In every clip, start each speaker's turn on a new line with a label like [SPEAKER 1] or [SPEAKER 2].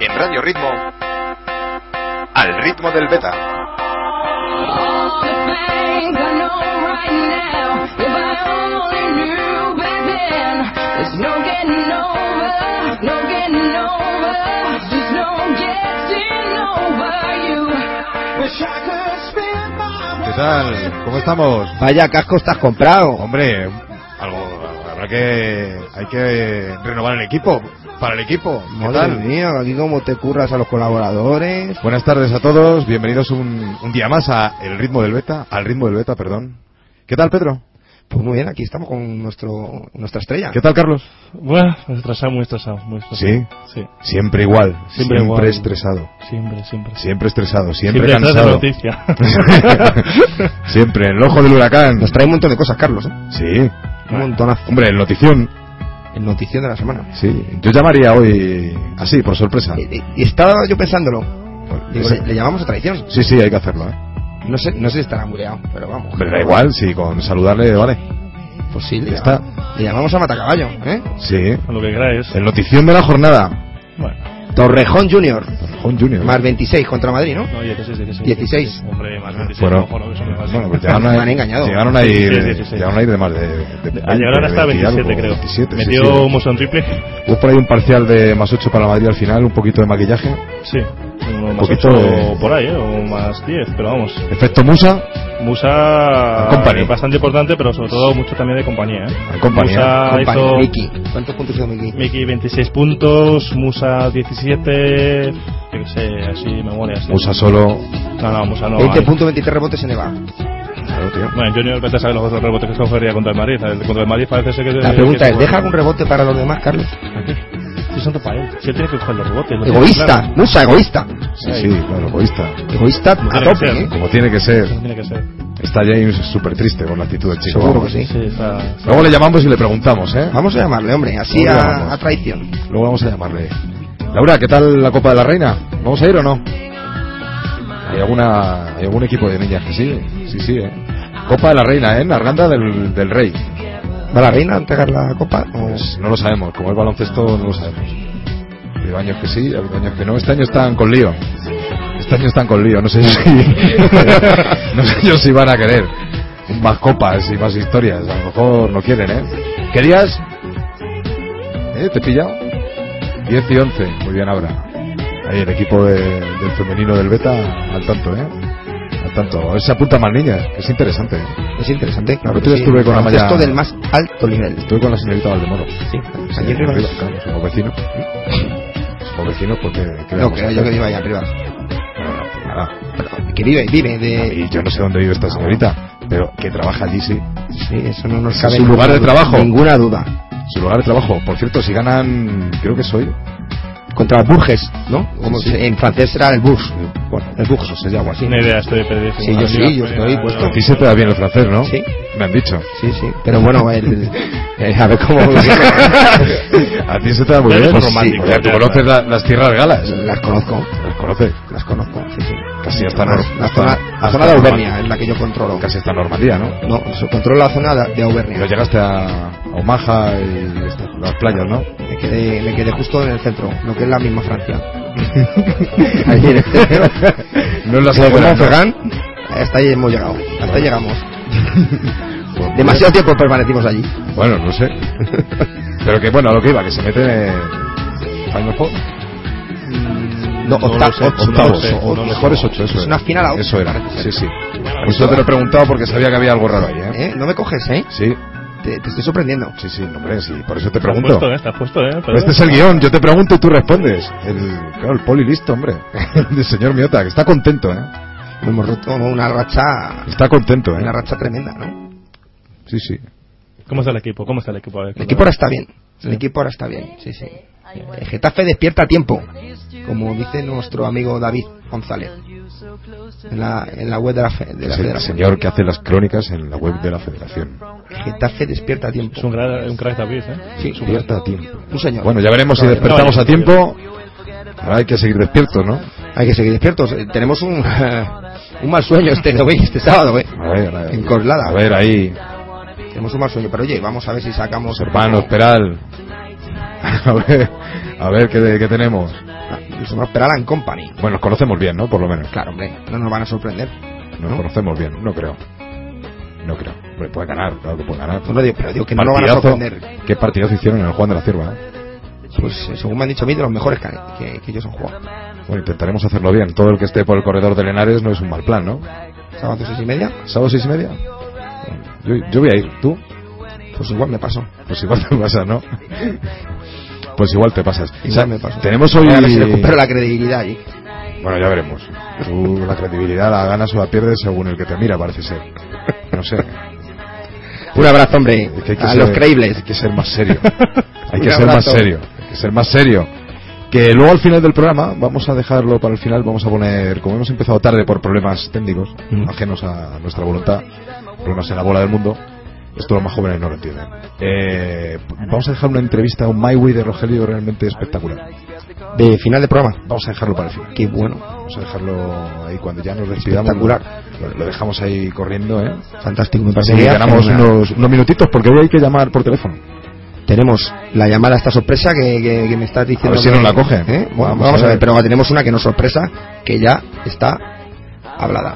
[SPEAKER 1] en Radio Ritmo, al ritmo del beta.
[SPEAKER 2] ¿Qué tal? ¿Cómo estamos?
[SPEAKER 3] Vaya cascos te has comprado.
[SPEAKER 2] Hombre, algo, habrá que, hay que renovar el equipo, para el equipo. ¿Qué
[SPEAKER 3] Madre
[SPEAKER 2] tal?
[SPEAKER 3] mía, aquí como te curras a los colaboradores.
[SPEAKER 2] Buenas tardes a todos, bienvenidos un, un día más a El Ritmo del Beta, al Ritmo del Beta, perdón. ¿Qué tal, Pedro?
[SPEAKER 3] Pues muy bien, aquí estamos con nuestro nuestra estrella.
[SPEAKER 2] ¿Qué tal, Carlos?
[SPEAKER 4] Bueno, estresado, muy estresado, muy estresado.
[SPEAKER 2] Sí,
[SPEAKER 4] Sí,
[SPEAKER 2] siempre igual, siempre,
[SPEAKER 4] Siempre igual.
[SPEAKER 2] estresado,
[SPEAKER 4] siempre, siempre.
[SPEAKER 2] siempre estresado, siempre,
[SPEAKER 4] detrás de la
[SPEAKER 2] cansado.
[SPEAKER 4] noticia.
[SPEAKER 2] siempre en el ojo del huracán.
[SPEAKER 3] Nos trae un montón de cosas, Carlos. ¿eh?
[SPEAKER 2] Sí,
[SPEAKER 3] Un montonazo.
[SPEAKER 2] hombre, en notición,
[SPEAKER 3] El notición de la semana.
[SPEAKER 2] sí. Yo llamaría hoy así, por sorpresa.
[SPEAKER 3] Y, y- y estaba yo pensándolo. Digo,
[SPEAKER 2] Ese-
[SPEAKER 3] le, le llamamos a traición.
[SPEAKER 2] Sí, sí, hay que hacerlo, ¿eh?
[SPEAKER 3] No sé, no sé si estará muleado, pero vamos.
[SPEAKER 2] Hombre, da igual, sí, con saludarle, vale.
[SPEAKER 3] Pues sí, le,
[SPEAKER 2] Ya
[SPEAKER 3] llamamos- le llamamos a Matacaballo, ¿eh?
[SPEAKER 2] Sí.
[SPEAKER 4] Con lo que queráis.
[SPEAKER 2] El notición de la jornada.
[SPEAKER 4] Bueno,
[SPEAKER 3] Torrejón Junior.
[SPEAKER 2] Juan Junior.
[SPEAKER 3] Más 26 contra Madrid, ¿no?
[SPEAKER 4] no, 16, 16.
[SPEAKER 3] 16.
[SPEAKER 4] Hombre, más 26.
[SPEAKER 2] Bueno,
[SPEAKER 4] ojo, no, que eso me pasa.
[SPEAKER 2] bueno, pues llegaron a,
[SPEAKER 3] Me han engañado.
[SPEAKER 2] Llegaron a ir,
[SPEAKER 4] 16, 16.
[SPEAKER 2] llegaron a ir de más de. de
[SPEAKER 4] Ah,
[SPEAKER 2] 20,
[SPEAKER 4] Llegaron
[SPEAKER 2] 20
[SPEAKER 4] hasta
[SPEAKER 2] y
[SPEAKER 4] 27,
[SPEAKER 2] algo,
[SPEAKER 4] creo.
[SPEAKER 2] 27, sí,
[SPEAKER 4] Metió
[SPEAKER 2] sí.
[SPEAKER 4] un Mosón triple.
[SPEAKER 2] Hubo por ahí un parcial de más 8 para Madrid al final, un poquito de maquillaje.
[SPEAKER 4] Sí. Uno más
[SPEAKER 2] poquito
[SPEAKER 4] 8
[SPEAKER 2] de-
[SPEAKER 4] por ahí, ¿eh? o más 10, pero vamos.
[SPEAKER 2] Efecto Musa,
[SPEAKER 4] Musa.
[SPEAKER 2] Company.
[SPEAKER 4] eh, Bastante importante, pero sobre todo mucho también de compañía, ¿eh?
[SPEAKER 2] compañía.
[SPEAKER 4] Musa
[SPEAKER 3] Compañía,
[SPEAKER 4] hizo.
[SPEAKER 3] Miki. ¿Cuántos puntos hizo Miki?
[SPEAKER 4] Miki 26 puntos, Musa 17. Yo qué sé, así memoria. así.
[SPEAKER 2] Musa solo.
[SPEAKER 4] No, no, Musa no.
[SPEAKER 3] 20
[SPEAKER 4] ahí.
[SPEAKER 3] puntos, 23 rebotes en Eva.
[SPEAKER 2] Claro, tío.
[SPEAKER 4] Bueno, Junior vete a saber los otros rebotes que escogería contra el Madrid. El- Contra el Madrid parece ser que...
[SPEAKER 3] La pregunta
[SPEAKER 4] que-
[SPEAKER 3] es, ¿deja algún rebote para los demás, Carlos?
[SPEAKER 4] Sí, santo para él. Si él tiene que coger los rebotes. lo tiene
[SPEAKER 3] Egoísta,
[SPEAKER 4] claro.
[SPEAKER 3] musa egoísta.
[SPEAKER 2] Sí, sí, claro, egoísta.
[SPEAKER 3] Egoísta a
[SPEAKER 4] Tiene que
[SPEAKER 3] tope,
[SPEAKER 4] ser.
[SPEAKER 3] ¿eh?
[SPEAKER 2] Como tiene que ser.
[SPEAKER 4] Eso Tiene que ser.
[SPEAKER 2] Está James súper triste con la actitud del chico.
[SPEAKER 3] Seguro
[SPEAKER 2] vamos.
[SPEAKER 3] que sí.
[SPEAKER 4] Sí, está...
[SPEAKER 2] Luego le llamamos y le preguntamos, ¿eh?
[SPEAKER 3] Vamos a llamarle, hombre, así
[SPEAKER 2] Luego
[SPEAKER 3] a,
[SPEAKER 2] llamamos.
[SPEAKER 3] a traición.
[SPEAKER 2] Luego vamos a llamarle. Laura, ¿qué tal la Copa de la Reina? ¿Vamos a ir o no? Hay alguna hay algún equipo de niñas que sí, sí, sí, ¿eh? Copa de la Reina, ¿eh? En Arganda del, del Rey.
[SPEAKER 3] ¿Va la reina a entregar la copa? O-
[SPEAKER 2] Pues no lo sabemos, como es baloncesto no lo sabemos. Ha habido años que sí, ha habido años que no. Este año están con lío. Este año están con lío, no sé si... no sé yo si van a querer más copas y más historias. A lo mejor no quieren, ¿eh? ¿Querías? ¿Eh? ¿Te he pillado? 10 y 11, muy bien ahora. Ahí el equipo de- del femenino del Beta al tanto, ¿eh? Al tanto. A ver si se apunta más niñas, que es interesante. ¿eh?
[SPEAKER 3] Es interesante.
[SPEAKER 2] Claro,
[SPEAKER 3] que
[SPEAKER 2] tú estuve con la malla-
[SPEAKER 3] Esto del más alto nivel.
[SPEAKER 2] Estuve con la señorita Valdemoro.
[SPEAKER 3] Sí.
[SPEAKER 2] Sí,
[SPEAKER 3] Aquí Pues arriba.
[SPEAKER 2] arriba, claro, somos vecinos. Somos vecinos porque... ¿qué
[SPEAKER 3] No,
[SPEAKER 2] vamos a
[SPEAKER 3] creo
[SPEAKER 2] hacer?
[SPEAKER 3] yo que viva ahí arriba.
[SPEAKER 2] Bueno, no, pues nada.
[SPEAKER 3] Pero que vive, vive de...
[SPEAKER 2] Y yo no sé dónde vive esta señorita, pero que trabaja allí, sí.
[SPEAKER 3] Sí, eso no nos
[SPEAKER 2] Es
[SPEAKER 3] cabe
[SPEAKER 2] su
[SPEAKER 3] ninguna
[SPEAKER 2] lugar de
[SPEAKER 3] duda.
[SPEAKER 2] trabajo.
[SPEAKER 3] Ninguna duda.
[SPEAKER 2] Su lugar de trabajo. Por cierto, si ganan, creo que soy.
[SPEAKER 3] Contra Burges, ¿no? Como
[SPEAKER 2] Sí.
[SPEAKER 3] se- en francés será el Burges.
[SPEAKER 2] Bueno,
[SPEAKER 3] El Burges, o sea, algo así.
[SPEAKER 4] Sin idea, estoy pues, perdido.
[SPEAKER 3] Sí, yo sí, yo estoy puesto.
[SPEAKER 2] a ti se te da bien el francés, ¿no?
[SPEAKER 3] Sí.
[SPEAKER 2] Me han dicho.
[SPEAKER 3] Sí, sí. Pero bueno, el, el- a ver cómo...
[SPEAKER 2] a ti se te da muy
[SPEAKER 4] Eres
[SPEAKER 2] bien.
[SPEAKER 4] un romántico,
[SPEAKER 2] o sea, tú
[SPEAKER 4] ya
[SPEAKER 2] conoces
[SPEAKER 4] está.
[SPEAKER 2] la- las tierras galas.
[SPEAKER 3] Las conozco.
[SPEAKER 2] Las conoces.
[SPEAKER 3] Las conozco, sí, sí.
[SPEAKER 2] Casi hasta
[SPEAKER 3] la,
[SPEAKER 2] Nor-
[SPEAKER 3] la
[SPEAKER 2] hasta-
[SPEAKER 3] zona, la
[SPEAKER 2] hasta
[SPEAKER 3] zona de ¿eh?
[SPEAKER 2] Norma-
[SPEAKER 3] Auvernia es la que yo controlo.
[SPEAKER 2] Casi hasta Normandía, ¿no?
[SPEAKER 3] No, se controla la zona de de
[SPEAKER 2] Y no
[SPEAKER 3] Auvernia.
[SPEAKER 2] llegaste a Omaha y estas- las playas, ¿no?
[SPEAKER 3] Me quedé, me quedé justo en el centro, lo que es la misma Francia. Allí en el centro.
[SPEAKER 2] No en las
[SPEAKER 3] Como
[SPEAKER 2] afueras, ¿no?
[SPEAKER 3] Fegan, hasta ahí hemos llegado. Hasta ahí llegamos.
[SPEAKER 2] Pues,
[SPEAKER 3] Demasiado tiempo permanecimos allí.
[SPEAKER 2] Bueno, no sé. Pero que bueno, a lo que iba, que se mete en Final Four. Mm,
[SPEAKER 3] No,
[SPEAKER 4] No lo
[SPEAKER 3] octa-
[SPEAKER 4] sé,
[SPEAKER 3] ocho,
[SPEAKER 4] no lo
[SPEAKER 3] ocho,
[SPEAKER 4] sé, no
[SPEAKER 3] ocho.
[SPEAKER 4] lo sé.
[SPEAKER 2] Mejores ocho, eso
[SPEAKER 3] Es una final a ocho.
[SPEAKER 2] Eso era, sí, sí. Por eso
[SPEAKER 3] Eso
[SPEAKER 2] te lo
[SPEAKER 3] era.
[SPEAKER 2] he preguntado porque sabía que había algo raro ahí, ¿eh?
[SPEAKER 3] ¿Eh? No me coges, ¿eh?
[SPEAKER 2] Sí,
[SPEAKER 3] Te, te estoy sorprendiendo.
[SPEAKER 2] sí, sí, hombre, sí. Por eso te
[SPEAKER 4] Estás
[SPEAKER 2] pregunto.
[SPEAKER 4] puesto, ¿eh? Estás puesto, ¿eh?
[SPEAKER 2] Pero este es el guión, yo te pregunto y tú respondes. El, claro, el poli listo, hombre. El señor Miota, que está contento, ¿eh?
[SPEAKER 3] Hemos roto una racha,
[SPEAKER 2] Está contento, ¿eh?
[SPEAKER 3] una racha tremenda, ¿no?
[SPEAKER 2] Sí, sí.
[SPEAKER 4] ¿Cómo está el equipo? ¿Cómo está el equipo? A ver,
[SPEAKER 3] El equipo ahora está bien. El equipo ahora está bien, sí, sí. El Getafe despierta a tiempo, como dice nuestro amigo David González en la, en la web de la, fe- de la
[SPEAKER 2] Es el
[SPEAKER 3] Federación.
[SPEAKER 2] señor que hace las crónicas en la web de la federación.
[SPEAKER 3] Getafe despierta a tiempo.
[SPEAKER 4] Es un crack, un crack David, ¿eh?
[SPEAKER 3] Sí,
[SPEAKER 2] Despierta a tiempo.
[SPEAKER 3] un señor.
[SPEAKER 2] Bueno, ya veremos si
[SPEAKER 3] Todavía no.
[SPEAKER 2] despertamos a tiempo. Ahora hay que seguir despiertos, ¿no?
[SPEAKER 3] Hay que seguir despiertos. Eh, Tenemos un, un mal sueño este, domingo- este sábado, ¿eh?
[SPEAKER 2] A ver, a ver.
[SPEAKER 3] En Coslada.
[SPEAKER 2] A ver, ahí.
[SPEAKER 3] Tenemos un mal sueño, pero oye, vamos a ver si sacamos.
[SPEAKER 2] Los hermanos, Peral. A ver, a ver qué, qué tenemos.
[SPEAKER 3] se nos esperaba en Company.
[SPEAKER 2] Bueno, los conocemos bien, ¿no? Por lo menos.
[SPEAKER 3] Claro, hombre, no nos van a sorprender.
[SPEAKER 2] Nos
[SPEAKER 3] ¿no?
[SPEAKER 2] conocemos bien, no creo. No creo. Hombre, puede ganar, claro que puede ganar.
[SPEAKER 3] No lo digo, pero digo que no lo van a
[SPEAKER 2] Partidazo.
[SPEAKER 3] sorprender.
[SPEAKER 2] ¿Qué partidos hicieron en el Juan de la Cierva? eh?
[SPEAKER 3] Pues eh, según me han dicho a mí, de los mejores que, que, que ellos han jugado.
[SPEAKER 2] Bueno, intentaremos hacerlo bien. Todo el que esté por el corredor de Lenares no es un mal plan, ¿no?
[SPEAKER 3] Sábado seis y media,
[SPEAKER 2] ¿Sábado seis y media? Yo, yo voy a ir. ¿Tú?
[SPEAKER 3] pues igual me paso.
[SPEAKER 2] Pues igual te pasas, ¿no? Pues igual te pasas.
[SPEAKER 3] Igual me paso.
[SPEAKER 2] Tenemos hoy...
[SPEAKER 3] Voy a ver si recupero la credibilidad allí.
[SPEAKER 2] Bueno, ya veremos. Tú la credibilidad la ganas o la pierdes según el que te mira, parece ser. No sé.
[SPEAKER 3] Un abrazo, hombre,
[SPEAKER 2] Es que hay que
[SPEAKER 3] a
[SPEAKER 2] ser-
[SPEAKER 3] los creíbles.
[SPEAKER 2] Hay que ser más serio. Hay que
[SPEAKER 3] Un
[SPEAKER 2] ser más
[SPEAKER 3] abrazo.
[SPEAKER 2] serio. Hay que ser más serio. Que luego al final del programa, vamos a dejarlo para el final, vamos a poner, como hemos empezado tarde por problemas técnicos,
[SPEAKER 4] Mm.
[SPEAKER 2] ajenos a nuestra voluntad, problemas en la bola del mundo, esto los más jóvenes no lo entienden. Eh, vamos a dejar una entrevista a un My Way de Rogelio realmente espectacular.
[SPEAKER 3] De final de programa.
[SPEAKER 2] Vamos a dejarlo para el final.
[SPEAKER 3] Qué bueno,
[SPEAKER 2] Vamos a dejarlo ahí cuando ya nos despidamos.
[SPEAKER 3] Espectacular.
[SPEAKER 2] Lo, lo dejamos ahí corriendo, ¿eh?
[SPEAKER 3] fantástico. Me
[SPEAKER 2] Así que
[SPEAKER 3] parecería
[SPEAKER 2] ganamos
[SPEAKER 3] fenomenal.
[SPEAKER 2] unos, unos minutitos porque hoy hay que llamar por teléfono.
[SPEAKER 3] Tenemos la llamada a esta sorpresa que, que- que me estás diciendo.
[SPEAKER 2] A ver si
[SPEAKER 3] que-
[SPEAKER 2] nos la cogen.
[SPEAKER 3] ¿eh? Bueno, vamos, a ver, pero tenemos una que no es sorpresa, que ya está hablada.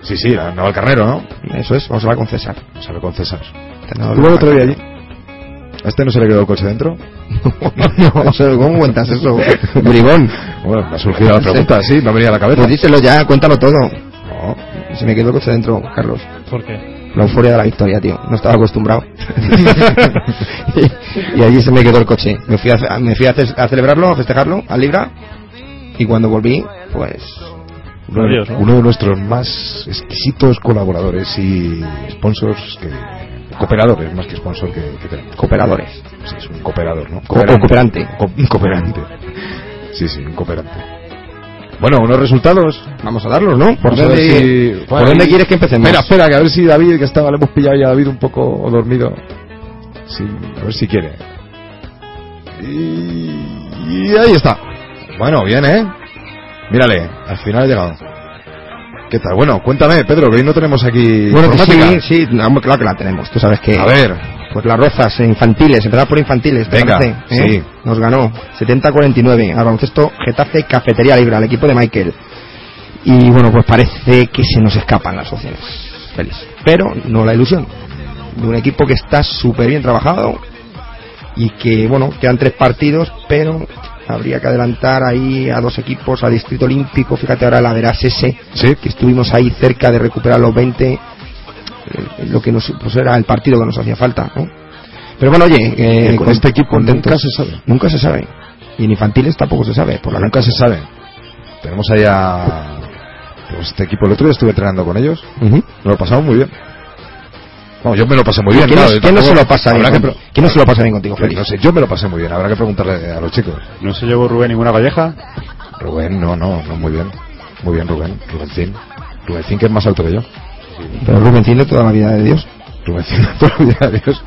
[SPEAKER 2] Sí, sí, a Naval Carnero, ¿no?
[SPEAKER 3] Eso es, vamos a hablar con César.
[SPEAKER 2] Sabe con César.
[SPEAKER 3] Te han dado
[SPEAKER 2] ¿Estuvo el
[SPEAKER 3] la-
[SPEAKER 2] otro día allí? ¿A este no se le quedó el coche dentro?
[SPEAKER 3] No, eso, ¿Cómo cuentas eso, bribón?
[SPEAKER 2] Bueno, me ha surgido la pregunta, sí, me ha venido a la cabeza.
[SPEAKER 3] Pues díselo ya, cuéntalo todo.
[SPEAKER 2] No,
[SPEAKER 3] Se me quedó el coche dentro, Carlos.
[SPEAKER 4] ¿Por qué?
[SPEAKER 3] La euforia de la victoria, tío. No estaba acostumbrado. y allí se me quedó el coche. Me fui, a, ce- me fui a, ce- a celebrarlo, a festejarlo, al Libra. Y cuando volví, pues.
[SPEAKER 2] uno,
[SPEAKER 4] Adiós, ¿no?
[SPEAKER 2] uno de nuestros más exquisitos colaboradores y sponsors, que, cooperadores más que sponsor que, que tenemos.
[SPEAKER 3] Cooperadores.
[SPEAKER 2] Sí, es un cooperador, ¿no?
[SPEAKER 3] Co- o cooperante.
[SPEAKER 2] Co- un cooperante. Sí, sí, un cooperante. Bueno, unos resultados.
[SPEAKER 3] Vamos a darlos, ¿no? ¿Por,
[SPEAKER 2] Vamos a ver
[SPEAKER 3] dónde,
[SPEAKER 2] si-
[SPEAKER 3] ¿por
[SPEAKER 2] Bueno,
[SPEAKER 3] dónde
[SPEAKER 2] ahí-
[SPEAKER 3] quieres que empecemos?
[SPEAKER 2] Espera, espera, que a ver si David, que estaba, le hemos pillado ya a David un poco dormido. Sí, a ver si quiere. Y, y ahí está. Bueno, bien, ¿eh? Mírale, al final ha llegado. ¿Qué tal? Bueno, cuéntame, Pedro, que hoy no tenemos aquí
[SPEAKER 3] bueno, que sí,
[SPEAKER 2] informática.
[SPEAKER 3] sí, no, hombre, claro que la tenemos. Tú sabes que.
[SPEAKER 2] pues A ver,
[SPEAKER 3] Pues las rozas eh, infantiles, empezar por infantiles. ¿te
[SPEAKER 2] Venga,
[SPEAKER 3] parece? ¿eh?
[SPEAKER 2] sí.
[SPEAKER 3] Nos ganó 70-49 al baloncesto Getafe Cafetería Libra, al equipo de Michael. Y bueno, pues parece que se nos escapan las opciones. Feliz. Pero no la ilusión. De un equipo que está súper bien trabajado y que, bueno, quedan tres partidos, pero habría que adelantar ahí a dos equipos, al Distrito Olímpico. Fíjate ahora la Verás ese
[SPEAKER 2] sí,
[SPEAKER 3] que estuvimos ahí cerca de recuperar los 20, eh, lo que nos pues era el partido que nos hacía falta, ¿no? Pero bueno, oye, eh,
[SPEAKER 2] Que con este equipo
[SPEAKER 3] contentos.
[SPEAKER 2] nunca se sabe.
[SPEAKER 3] Nunca se sabe. Y en infantiles tampoco se sabe, por la
[SPEAKER 2] nunca se sabe. Tenemos ahí a... Tenemos este equipo, el otro día estuve entrenando con ellos. Nos lo pasamos muy bien. Bueno, yo me lo pasé muy bien.
[SPEAKER 3] ¿Quién,
[SPEAKER 2] claro,
[SPEAKER 3] no, quién no
[SPEAKER 2] tampoco-
[SPEAKER 3] se lo pasa bien?
[SPEAKER 2] habrá que
[SPEAKER 3] con-
[SPEAKER 2] pro-
[SPEAKER 3] ¿Quién no se lo pasa bien contigo, Félix?
[SPEAKER 2] No sé, yo me lo pasé muy bien. Habrá que preguntarle a los chicos.
[SPEAKER 5] ¿No se llevó Rubén ninguna calleja?
[SPEAKER 2] Rubén, no, no, no, muy bien. Muy bien, Rubén. Rubencín. Rubencín, que es más alto que yo.
[SPEAKER 3] Pero Rubén tiene toda la vida de Dios.
[SPEAKER 2] Rubencín, por la vida de Dios.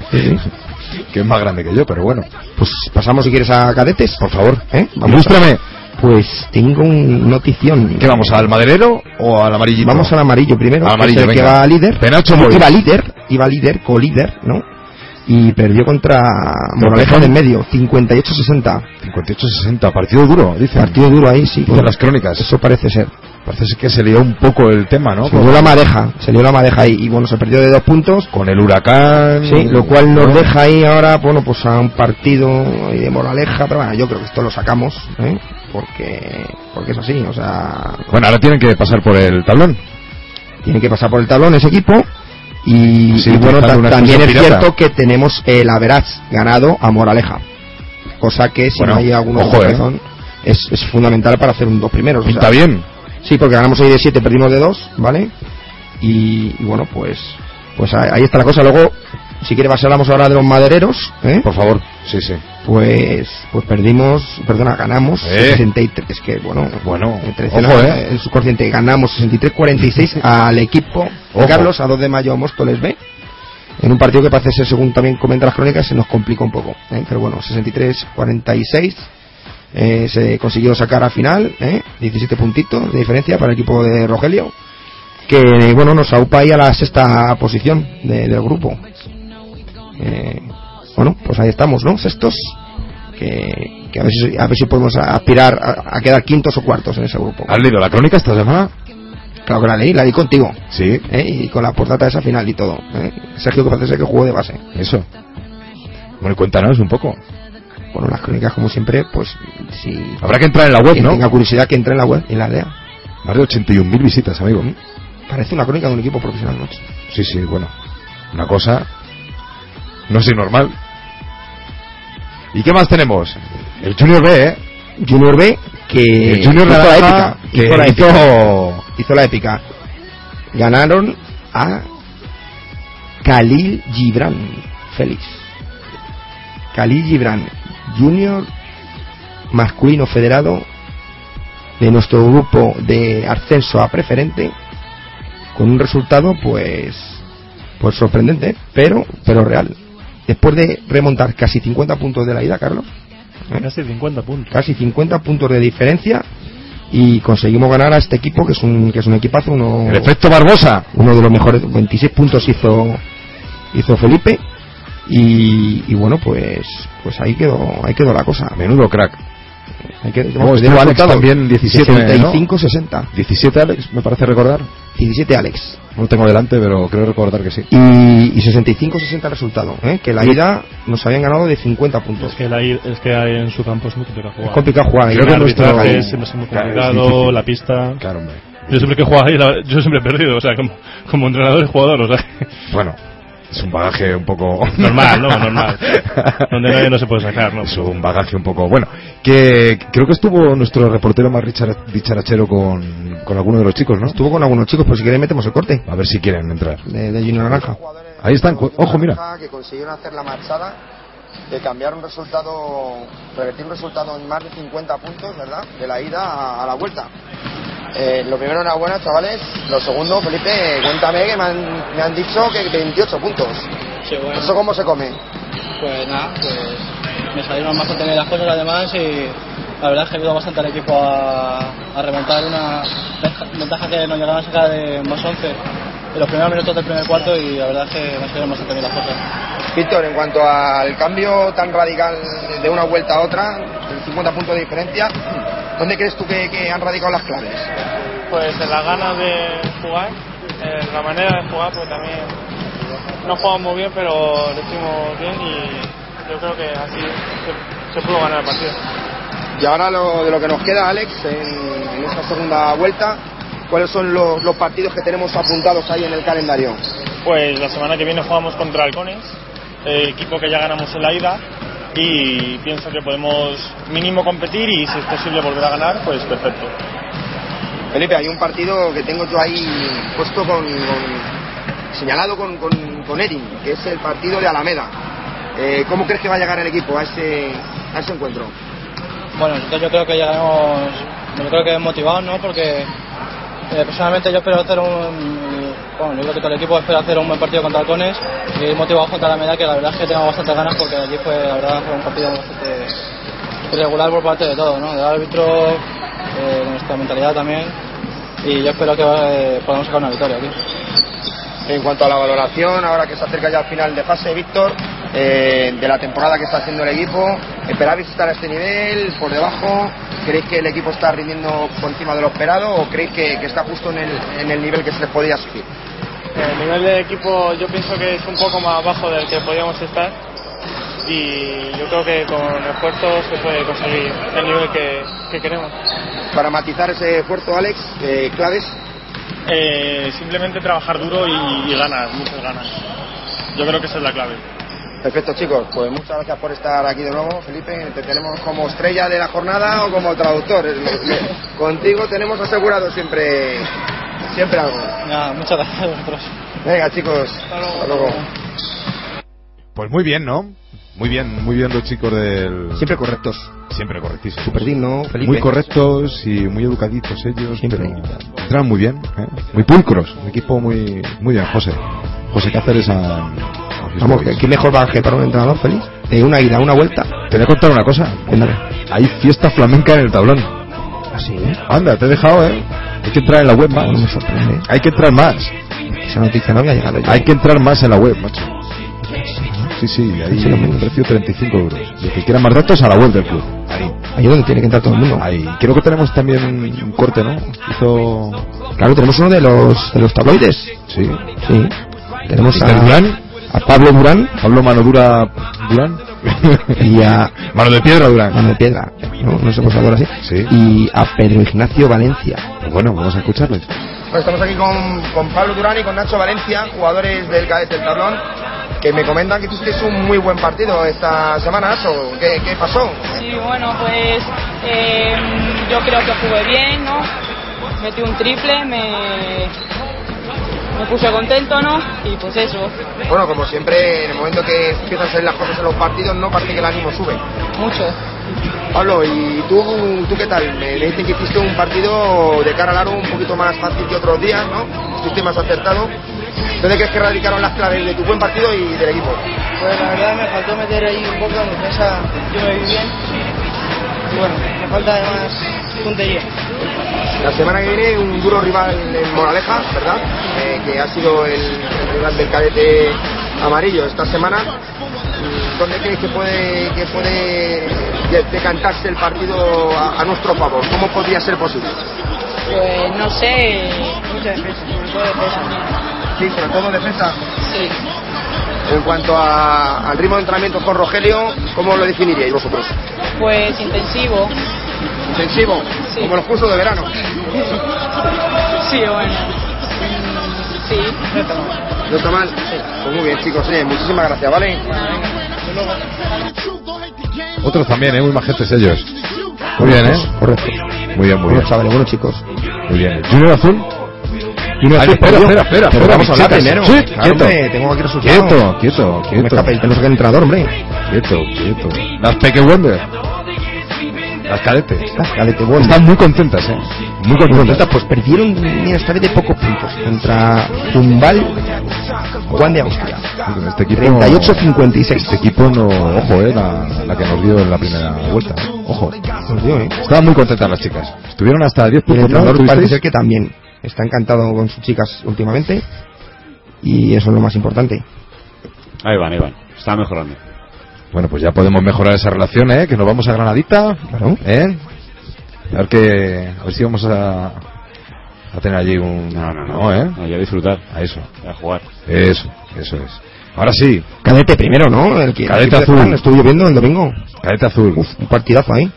[SPEAKER 2] Que es más grande que yo, pero bueno.
[SPEAKER 3] Pues pasamos si quieres a cadetes.
[SPEAKER 2] Por favor,
[SPEAKER 3] ¿Eh? Vamos a-
[SPEAKER 2] ilústrame.
[SPEAKER 3] Pues tengo un notición.
[SPEAKER 2] ¿Qué vamos, al maderero o al amarillito?
[SPEAKER 3] Vamos al amarillo primero.
[SPEAKER 2] Al amarillo,
[SPEAKER 3] que es el que
[SPEAKER 2] venga.
[SPEAKER 3] va líder.
[SPEAKER 2] Penacho Boy.
[SPEAKER 3] iba líder, iba líder, colíder, ¿no? Y perdió contra Moraleja
[SPEAKER 2] Torrejón.
[SPEAKER 3] del medio, 58-60.
[SPEAKER 2] 58-60, partido duro, dice.
[SPEAKER 3] Partido duro ahí, sí.
[SPEAKER 2] de las crónicas.
[SPEAKER 3] Eso parece ser.
[SPEAKER 2] Parece que se lió un poco el tema, ¿no?
[SPEAKER 3] Se dio la madeja, se dio la madeja ahí. Y bueno, se perdió de dos puntos.
[SPEAKER 2] Con el huracán.
[SPEAKER 3] Sí, lo cual nos
[SPEAKER 2] ¿no?
[SPEAKER 3] deja ahí ahora, bueno, pues a un partido y de Moraleja. Pero bueno, yo creo que esto lo sacamos, ¿eh? Porque, porque es así, o sea,
[SPEAKER 2] Bueno, ahora tienen que pasar por el tablón.
[SPEAKER 3] tiene que pasar por el tablón ese equipo y,
[SPEAKER 2] Sí,
[SPEAKER 3] y bueno
[SPEAKER 2] utilizando
[SPEAKER 3] ta-
[SPEAKER 2] una
[SPEAKER 3] también es
[SPEAKER 2] excusa pirata.
[SPEAKER 3] cierto que tenemos el Averaz ganado a Moraleja cosa que si
[SPEAKER 2] Bueno,
[SPEAKER 3] no hay alguna
[SPEAKER 2] ojo,
[SPEAKER 3] otra
[SPEAKER 2] eh.
[SPEAKER 3] razón es, es fundamental para hacer un dos primeros o
[SPEAKER 2] Pinta
[SPEAKER 3] sea,
[SPEAKER 2] bien.
[SPEAKER 3] sí porque ganamos ahí de 7 perdimos de 2 ¿vale? y, y bueno pues pues ahí ahí está la cosa luego si quieres hablamos ahora de los madereros ¿eh?
[SPEAKER 2] Por favor. Sí, sí.
[SPEAKER 3] pues pues perdimos perdona ganamos
[SPEAKER 2] Eh.
[SPEAKER 3] 63 es que bueno
[SPEAKER 2] Bueno,
[SPEAKER 3] eh, 13,
[SPEAKER 2] ojo,
[SPEAKER 3] no,
[SPEAKER 2] eh.
[SPEAKER 3] el subconsciente ganamos 63-46 al equipo de
[SPEAKER 2] Ojo.
[SPEAKER 3] Carlos a 2 de mayo a Móstoles B en un partido que parece ser según también comentan las crónicas se nos complicó un poco eh, pero bueno 63-46 eh, se consiguió sacar a final eh, 17 puntitos de diferencia para el equipo de Rogelio que eh, bueno nos aupa ahí a la sexta posición de- del grupo Eh, bueno pues ahí estamos no sextos que, que a, ver si, a ver si podemos aspirar a, a quedar quintos o cuartos en ese grupo.
[SPEAKER 2] ¿Has leído la crónica esta semana?
[SPEAKER 3] Claro que la leí, la leí contigo.
[SPEAKER 2] Sí,
[SPEAKER 3] ¿eh? Y con la portada de esa final y todo. ¿eh? Sergio parece que jugó de base.
[SPEAKER 2] eso. Bueno, cuéntanos un poco.
[SPEAKER 3] Bueno, las crónicas, como siempre, pues si
[SPEAKER 2] Habrá que entrar en la web,
[SPEAKER 3] quien
[SPEAKER 2] ¿no?
[SPEAKER 3] tenga curiosidad que entre en la web y la lea.
[SPEAKER 2] Más de 81.000 visitas, amigo.
[SPEAKER 3] Parece una crónica de un equipo profesional, ¿no?
[SPEAKER 2] Sí, sí, bueno. Una cosa. No sé, normal. ¿Y qué más tenemos? El Junior B, ¿eh?
[SPEAKER 3] Junior B que
[SPEAKER 2] el Junior
[SPEAKER 3] hizo la
[SPEAKER 2] Naranja,
[SPEAKER 3] épica,
[SPEAKER 2] que
[SPEAKER 3] hizo la épica,
[SPEAKER 2] hizo-
[SPEAKER 3] hizo la épica. Ganaron a Khalil Gibran, Félix. Khalil Gibran, Junior masculino federado de nuestro grupo de ascenso a preferente con un resultado pues pues sorprendente, pero pero real. Después de remontar casi 50 puntos de la ida, Carlos, ¿eh?
[SPEAKER 4] Eh, Casi 50 puntos.
[SPEAKER 3] casi 50 puntos de diferencia y conseguimos ganar a este equipo que es un que es un equipazo uno
[SPEAKER 2] El efecto Barbosa.
[SPEAKER 3] uno de los mejores 26 puntos hizo hizo Felipe y, y bueno pues pues ahí quedó ahí quedó la cosa
[SPEAKER 2] Menudo crack.
[SPEAKER 3] Ahí quedó-
[SPEAKER 2] Oh,
[SPEAKER 3] pues,
[SPEAKER 2] estuvo
[SPEAKER 3] dio
[SPEAKER 2] Alex
[SPEAKER 3] resultado.
[SPEAKER 2] también, 17, ¿no?
[SPEAKER 3] 65 60
[SPEAKER 2] 17 Alex, me parece recordar.
[SPEAKER 3] 17 Alex
[SPEAKER 2] No lo tengo delante, pero creo recordar que sí.
[SPEAKER 3] y, 65 60 resultado ¿eh? que la ida nos habían ganado de 50 puntos
[SPEAKER 4] Es que, la, es que hay en su campo es muy complicado
[SPEAKER 3] es
[SPEAKER 4] jugar.
[SPEAKER 3] complicado jugar ahí,
[SPEAKER 4] Creo que
[SPEAKER 3] ¿no?
[SPEAKER 4] el arbitraje
[SPEAKER 3] Nuestro-
[SPEAKER 4] es siempre es muy
[SPEAKER 2] Claro, es
[SPEAKER 4] complicado,
[SPEAKER 2] difícil.
[SPEAKER 4] la pista.
[SPEAKER 2] Claro, hombre.
[SPEAKER 4] Yo siempre que he jugado ahí, la- yo siempre he perdido, o sea, como, como entrenador y jugador, o sea,
[SPEAKER 2] Bueno, es un bagaje un poco.
[SPEAKER 4] normal, ¿no? Normal. Donde nadie no se puede sacar, ¿no?
[SPEAKER 2] Es un bagaje un poco. Bueno, que creo que estuvo nuestro reportero más richara- dicharachero con, con alguno de los chicos, ¿no?
[SPEAKER 3] estuvo con algunos chicos pero si queréis metemos el corte
[SPEAKER 2] A ver si quieren entrar.
[SPEAKER 3] de, de Junior Naranja
[SPEAKER 2] Ahí están, cu- ojo, mira.
[SPEAKER 6] Que consiguieron hacer la marchada, que cambiaron resultado, revertir un resultado en más de 50 puntos, ¿verdad? De la ida a, a la vuelta. Eh, lo primero, enhorabuena, chavales. Lo segundo, Felipe, cuéntame que me han, me han dicho que 28 puntos.
[SPEAKER 7] Sí, bueno,
[SPEAKER 6] ¿Eso cómo se come?
[SPEAKER 7] pues nada, pues me salieron bastante bien las cosas además y la verdad es que ayudó bastante al equipo a, a remontar una ventaja- ventaja que nos llegaron a sacar de más 11 en los primeros minutos del primer cuarto y la verdad es que me salieron bastante bien las cosas.
[SPEAKER 6] Víctor, en cuanto al cambio tan radical de una vuelta a otra, el 50 puntos de diferencia, ¿dónde crees tú que, que han radicado las claves?
[SPEAKER 8] Pues en las ganas de jugar, en la manera de jugar, porque también no jugamos muy bien, pero lo hicimos bien y yo creo que así se, se pudo ganar el partido.
[SPEAKER 6] Y ahora lo, de lo que nos queda, Alex, en, en esta segunda vuelta, ¿cuáles son los, los partidos que tenemos apuntados ahí en el calendario?
[SPEAKER 8] Pues la semana que viene jugamos contra Halcones, el equipo que ya ganamos en la ida, y pienso que podemos mínimo competir y si es posible volver a ganar, pues perfecto.
[SPEAKER 6] Felipe, hay un partido que tengo yo ahí puesto con, con- señalado con, con, con Erin, que es el partido de Alameda. Eh, ¿Cómo crees que va a llegar el equipo a ese, a ese encuentro?
[SPEAKER 7] Bueno, entonces yo creo que llegaremos, yo creo que motivados, ¿no? Porque eh, personalmente yo espero hacer un, bueno, yo creo que todo el equipo espera hacer un buen partido contra Halcones y motivados contra la medalla que la verdad es que tengo bastantes ganas porque allí fue, la verdad, fue un partido bastante irregular por parte de todos, ¿no? Del árbitro, eh, de nuestra mentalidad también y yo espero que eh, podamos sacar una victoria aquí.
[SPEAKER 6] En cuanto a la valoración, ahora que se acerca ya al final de fase, Víctor, eh, de la temporada que está haciendo el equipo, ¿esperáis estar a este nivel, por debajo? ¿Creéis que el equipo está rindiendo por encima de lo esperado o creéis que, que está justo en el, en el nivel que se les podía subir?
[SPEAKER 8] El Eh, nivel del equipo yo pienso que es un poco más bajo del que podíamos estar y yo creo que con esfuerzo se puede conseguir el nivel que, que queremos.
[SPEAKER 6] Para matizar ese esfuerzo, Alex, eh, claves,
[SPEAKER 8] Eh, simplemente trabajar duro y, y ganas, muchas ganas. Yo creo que esa es la clave.
[SPEAKER 6] Perfecto, chicos. Pues muchas gracias por estar aquí de nuevo, Felipe. Te tenemos como estrella de la jornada o como traductor. Es lo que- Contigo tenemos asegurado siempre, siempre algo.
[SPEAKER 7] Nada, muchas gracias a vosotros.
[SPEAKER 6] Venga, chicos. Hasta luego.
[SPEAKER 2] Pues muy bien, ¿no? Muy bien, muy bien los chicos del.
[SPEAKER 3] siempre correctos
[SPEAKER 2] Siempre correctísimos.
[SPEAKER 3] super digno Felipe
[SPEAKER 2] Muy correctos y muy educaditos ellos,
[SPEAKER 3] Siempre.
[SPEAKER 2] pero entraron muy bien, ¿eh? muy pulcros, un equipo muy muy bien, José. José Cáceres a... a Houston
[SPEAKER 3] Vamos,
[SPEAKER 2] Rockets.
[SPEAKER 3] ¿qué, qué mejor bagaje para un entrenador feliz? De una ida, una vuelta.
[SPEAKER 2] Te voy a contar una cosa, hay fiesta flamenca en el tablón.
[SPEAKER 3] Así, ¿eh?
[SPEAKER 2] Anda, te he dejado, ¿eh? Hay que entrar en la web más.
[SPEAKER 3] Bueno, me sorprende.
[SPEAKER 2] Hay que entrar más.
[SPEAKER 3] Esa noticia no había llegado ya.
[SPEAKER 2] Hay que entrar más en la web, macho. Sí, sí, y ahí
[SPEAKER 3] Sí, lo mismo.
[SPEAKER 2] precio 35 euros. Los que quieran más datos a la web del club. Ahí.
[SPEAKER 3] Ahí es donde tiene que entrar todo el mundo.
[SPEAKER 2] Ahí. Creo que tenemos también un corte, ¿no? Hizo.
[SPEAKER 3] Claro, tenemos uno de los, de los tabloides.
[SPEAKER 2] Sí.
[SPEAKER 3] Sí. Tenemos
[SPEAKER 2] ¿Mister
[SPEAKER 3] a,
[SPEAKER 2] Durán?
[SPEAKER 3] a Pablo Durán
[SPEAKER 2] Pablo Mano Dura Durán.
[SPEAKER 3] y a
[SPEAKER 2] Mano de Piedra
[SPEAKER 3] Mano
[SPEAKER 2] Durán.
[SPEAKER 3] de Piedra. No, no sé cómo se llama ahora así.
[SPEAKER 2] Sí.
[SPEAKER 3] Y a Pedro Ignacio Valencia.
[SPEAKER 2] Pues bueno, vamos a escucharles.
[SPEAKER 6] Pues estamos aquí con, con Pablo Durán y con Nacho Valencia, jugadores del Cadete del Tablón, que me comentan que tuviste un muy buen partido esta semana, Nacho. ¿Qué, qué pasó?
[SPEAKER 9] Sí, bueno, pues eh, yo creo que jugué bien, ¿no? Metí un triple, me, me puse contento, ¿no? Y pues eso,
[SPEAKER 6] Bueno, como siempre, en el momento que empiezan a salir las cosas en los partidos, no parece que el ánimo sube.
[SPEAKER 9] mucho.
[SPEAKER 6] Pablo, ¿y tú, tú qué tal? Me me dicen que hiciste un partido de cara al aro un poquito más fácil que otros días, ¿no? Fuiste más acertado. ¿Dónde crees que radicaron las claves de tu buen partido y del equipo?
[SPEAKER 7] Pues la verdad me faltó meter ahí un poco en defensa, yo me vi bien. Y bueno, me falta además puntería.
[SPEAKER 6] La semana que viene un duro rival en Moraleja, ¿verdad? Eh, que ha sido el, el rival del cadete amarillo esta semana. Mm, ¿Dónde crees que puede, que puede de- decantarse el partido a, a nuestro favor? ¿Cómo podría ser posible?
[SPEAKER 9] Pues no sé, mucho defensa, mucho defensa.
[SPEAKER 6] Sí, sobre todo defensa.
[SPEAKER 9] Sí.
[SPEAKER 6] En cuanto a- al ritmo de entrenamiento con Rogelio, ¿cómo lo definiríais vosotros?
[SPEAKER 9] Pues intensivo.
[SPEAKER 6] Intensivo,
[SPEAKER 9] Sí.
[SPEAKER 6] como los cursos de verano.
[SPEAKER 9] Sí, bueno. Sí.
[SPEAKER 6] No está mal. Pues muy bien, chicos. Oye, muchísimas gracias, ¿vale?
[SPEAKER 2] Otros también, ¿eh? Muy majetes ellos. Muy bien, ¿eh?
[SPEAKER 3] Correcto.
[SPEAKER 2] Muy bien, muy bien.
[SPEAKER 3] Buenos chavales, buenos chicos.
[SPEAKER 2] Muy bien. Junior Azul. Junior
[SPEAKER 3] Azul
[SPEAKER 2] espera,
[SPEAKER 3] perdió.
[SPEAKER 2] espera, espera,
[SPEAKER 3] Pero
[SPEAKER 2] espera,
[SPEAKER 3] vamos a hablar
[SPEAKER 2] chicas.
[SPEAKER 3] primero.
[SPEAKER 2] Sí,
[SPEAKER 3] Claro,
[SPEAKER 2] quieto.
[SPEAKER 3] hombre, tengo aquí resultados.
[SPEAKER 2] Quieto, quieto,
[SPEAKER 3] Que me
[SPEAKER 2] quieto.
[SPEAKER 3] escape, que no saque el entrenador, hombre.
[SPEAKER 2] Quieto, quieto. Las Peque Wonder. Las cadetes.
[SPEAKER 3] Las cadetes Wonder.
[SPEAKER 2] Están muy contentas, ¿eh? Muy contentas.
[SPEAKER 3] Entonces, pues perdieron, mira, esta vez de pocos puntos. Contra Zumbal, Juan de Austria.
[SPEAKER 2] Este equipo,
[SPEAKER 3] 38-56.
[SPEAKER 2] Este equipo no. Ojo, ¿eh? La, la que nos dio en la primera vuelta. ¿eh? Ojo.
[SPEAKER 3] Nos dio, ¿eh?
[SPEAKER 2] Estaban muy contentas las chicas. Estuvieron hasta 10
[SPEAKER 3] Y el
[SPEAKER 2] puntos. ¿no?
[SPEAKER 3] entrenador parece
[SPEAKER 2] ¿Tuvisteis?
[SPEAKER 3] ser que también está encantado con sus chicas últimamente. Y eso es lo más importante.
[SPEAKER 5] Ahí van, ahí van. Está mejorando.
[SPEAKER 2] Bueno, pues ya podemos mejorar esa relación, ¿eh? Que nos vamos a Granadita,
[SPEAKER 3] Claro.
[SPEAKER 2] ¿eh? A ver que... A ver si vamos a... A tener allí un...
[SPEAKER 5] No, no, no.
[SPEAKER 2] ¿eh?
[SPEAKER 5] No, ya disfrutar.
[SPEAKER 2] A eso.
[SPEAKER 5] A jugar.
[SPEAKER 2] Eso. Eso es. Ahora sí.
[SPEAKER 3] Cadete primero, ¿no? El que el
[SPEAKER 2] Cadete
[SPEAKER 3] equipo de
[SPEAKER 2] azul.
[SPEAKER 3] Fran, estuvo lloviendo el domingo.
[SPEAKER 2] Cadete azul.
[SPEAKER 3] Uf, un partidazo ahí.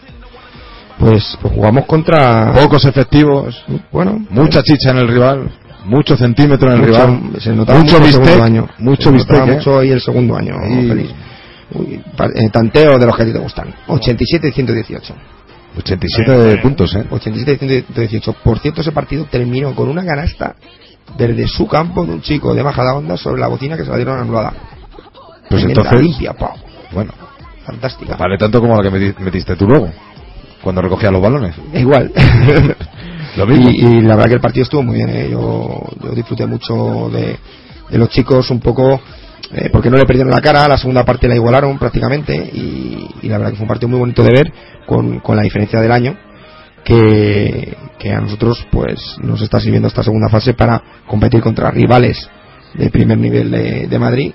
[SPEAKER 3] Pues, pues jugamos contra.
[SPEAKER 2] Pocos efectivos.
[SPEAKER 3] Bueno,
[SPEAKER 2] Mucha chicha en el rival. Mucho centímetro en el
[SPEAKER 3] mucho-
[SPEAKER 2] rival.
[SPEAKER 3] se notaba
[SPEAKER 2] mucho
[SPEAKER 3] mucho, el
[SPEAKER 2] bistec.
[SPEAKER 3] segundo año.
[SPEAKER 2] Mucho
[SPEAKER 3] Se notaba
[SPEAKER 2] bistec, ¿eh?
[SPEAKER 3] mucho ahí el segundo año.
[SPEAKER 2] Y-
[SPEAKER 3] Feliz. Uy, pa- eh, tanteo de los que a ti te gustan. 87 y 118.
[SPEAKER 2] 87 puntos, ¿eh?
[SPEAKER 3] 87 y 118. Por cierto, ese partido terminó con una canasta desde su campo de un chico de bajada onda sobre la bocina que se la dieron anulada.
[SPEAKER 2] Pues
[SPEAKER 3] Tremenda,
[SPEAKER 2] entonces...
[SPEAKER 3] limpia, pau.
[SPEAKER 2] Bueno.
[SPEAKER 3] Fantástica.
[SPEAKER 2] Vale tanto como la que meti- metiste tú luego. Cuando recogías los balones.
[SPEAKER 3] Igual.
[SPEAKER 2] Lo mismo.
[SPEAKER 3] y, y la verdad que el partido estuvo muy bien. ¿eh? Yo, yo disfruté mucho de, de los chicos un poco eh, porque no le perdieron la cara. La segunda parte la igualaron prácticamente y, y la verdad que fue un partido muy bonito de ver con, con la diferencia del año que, que a nosotros pues nos está sirviendo esta segunda fase para competir contra rivales del primer nivel de, de Madrid.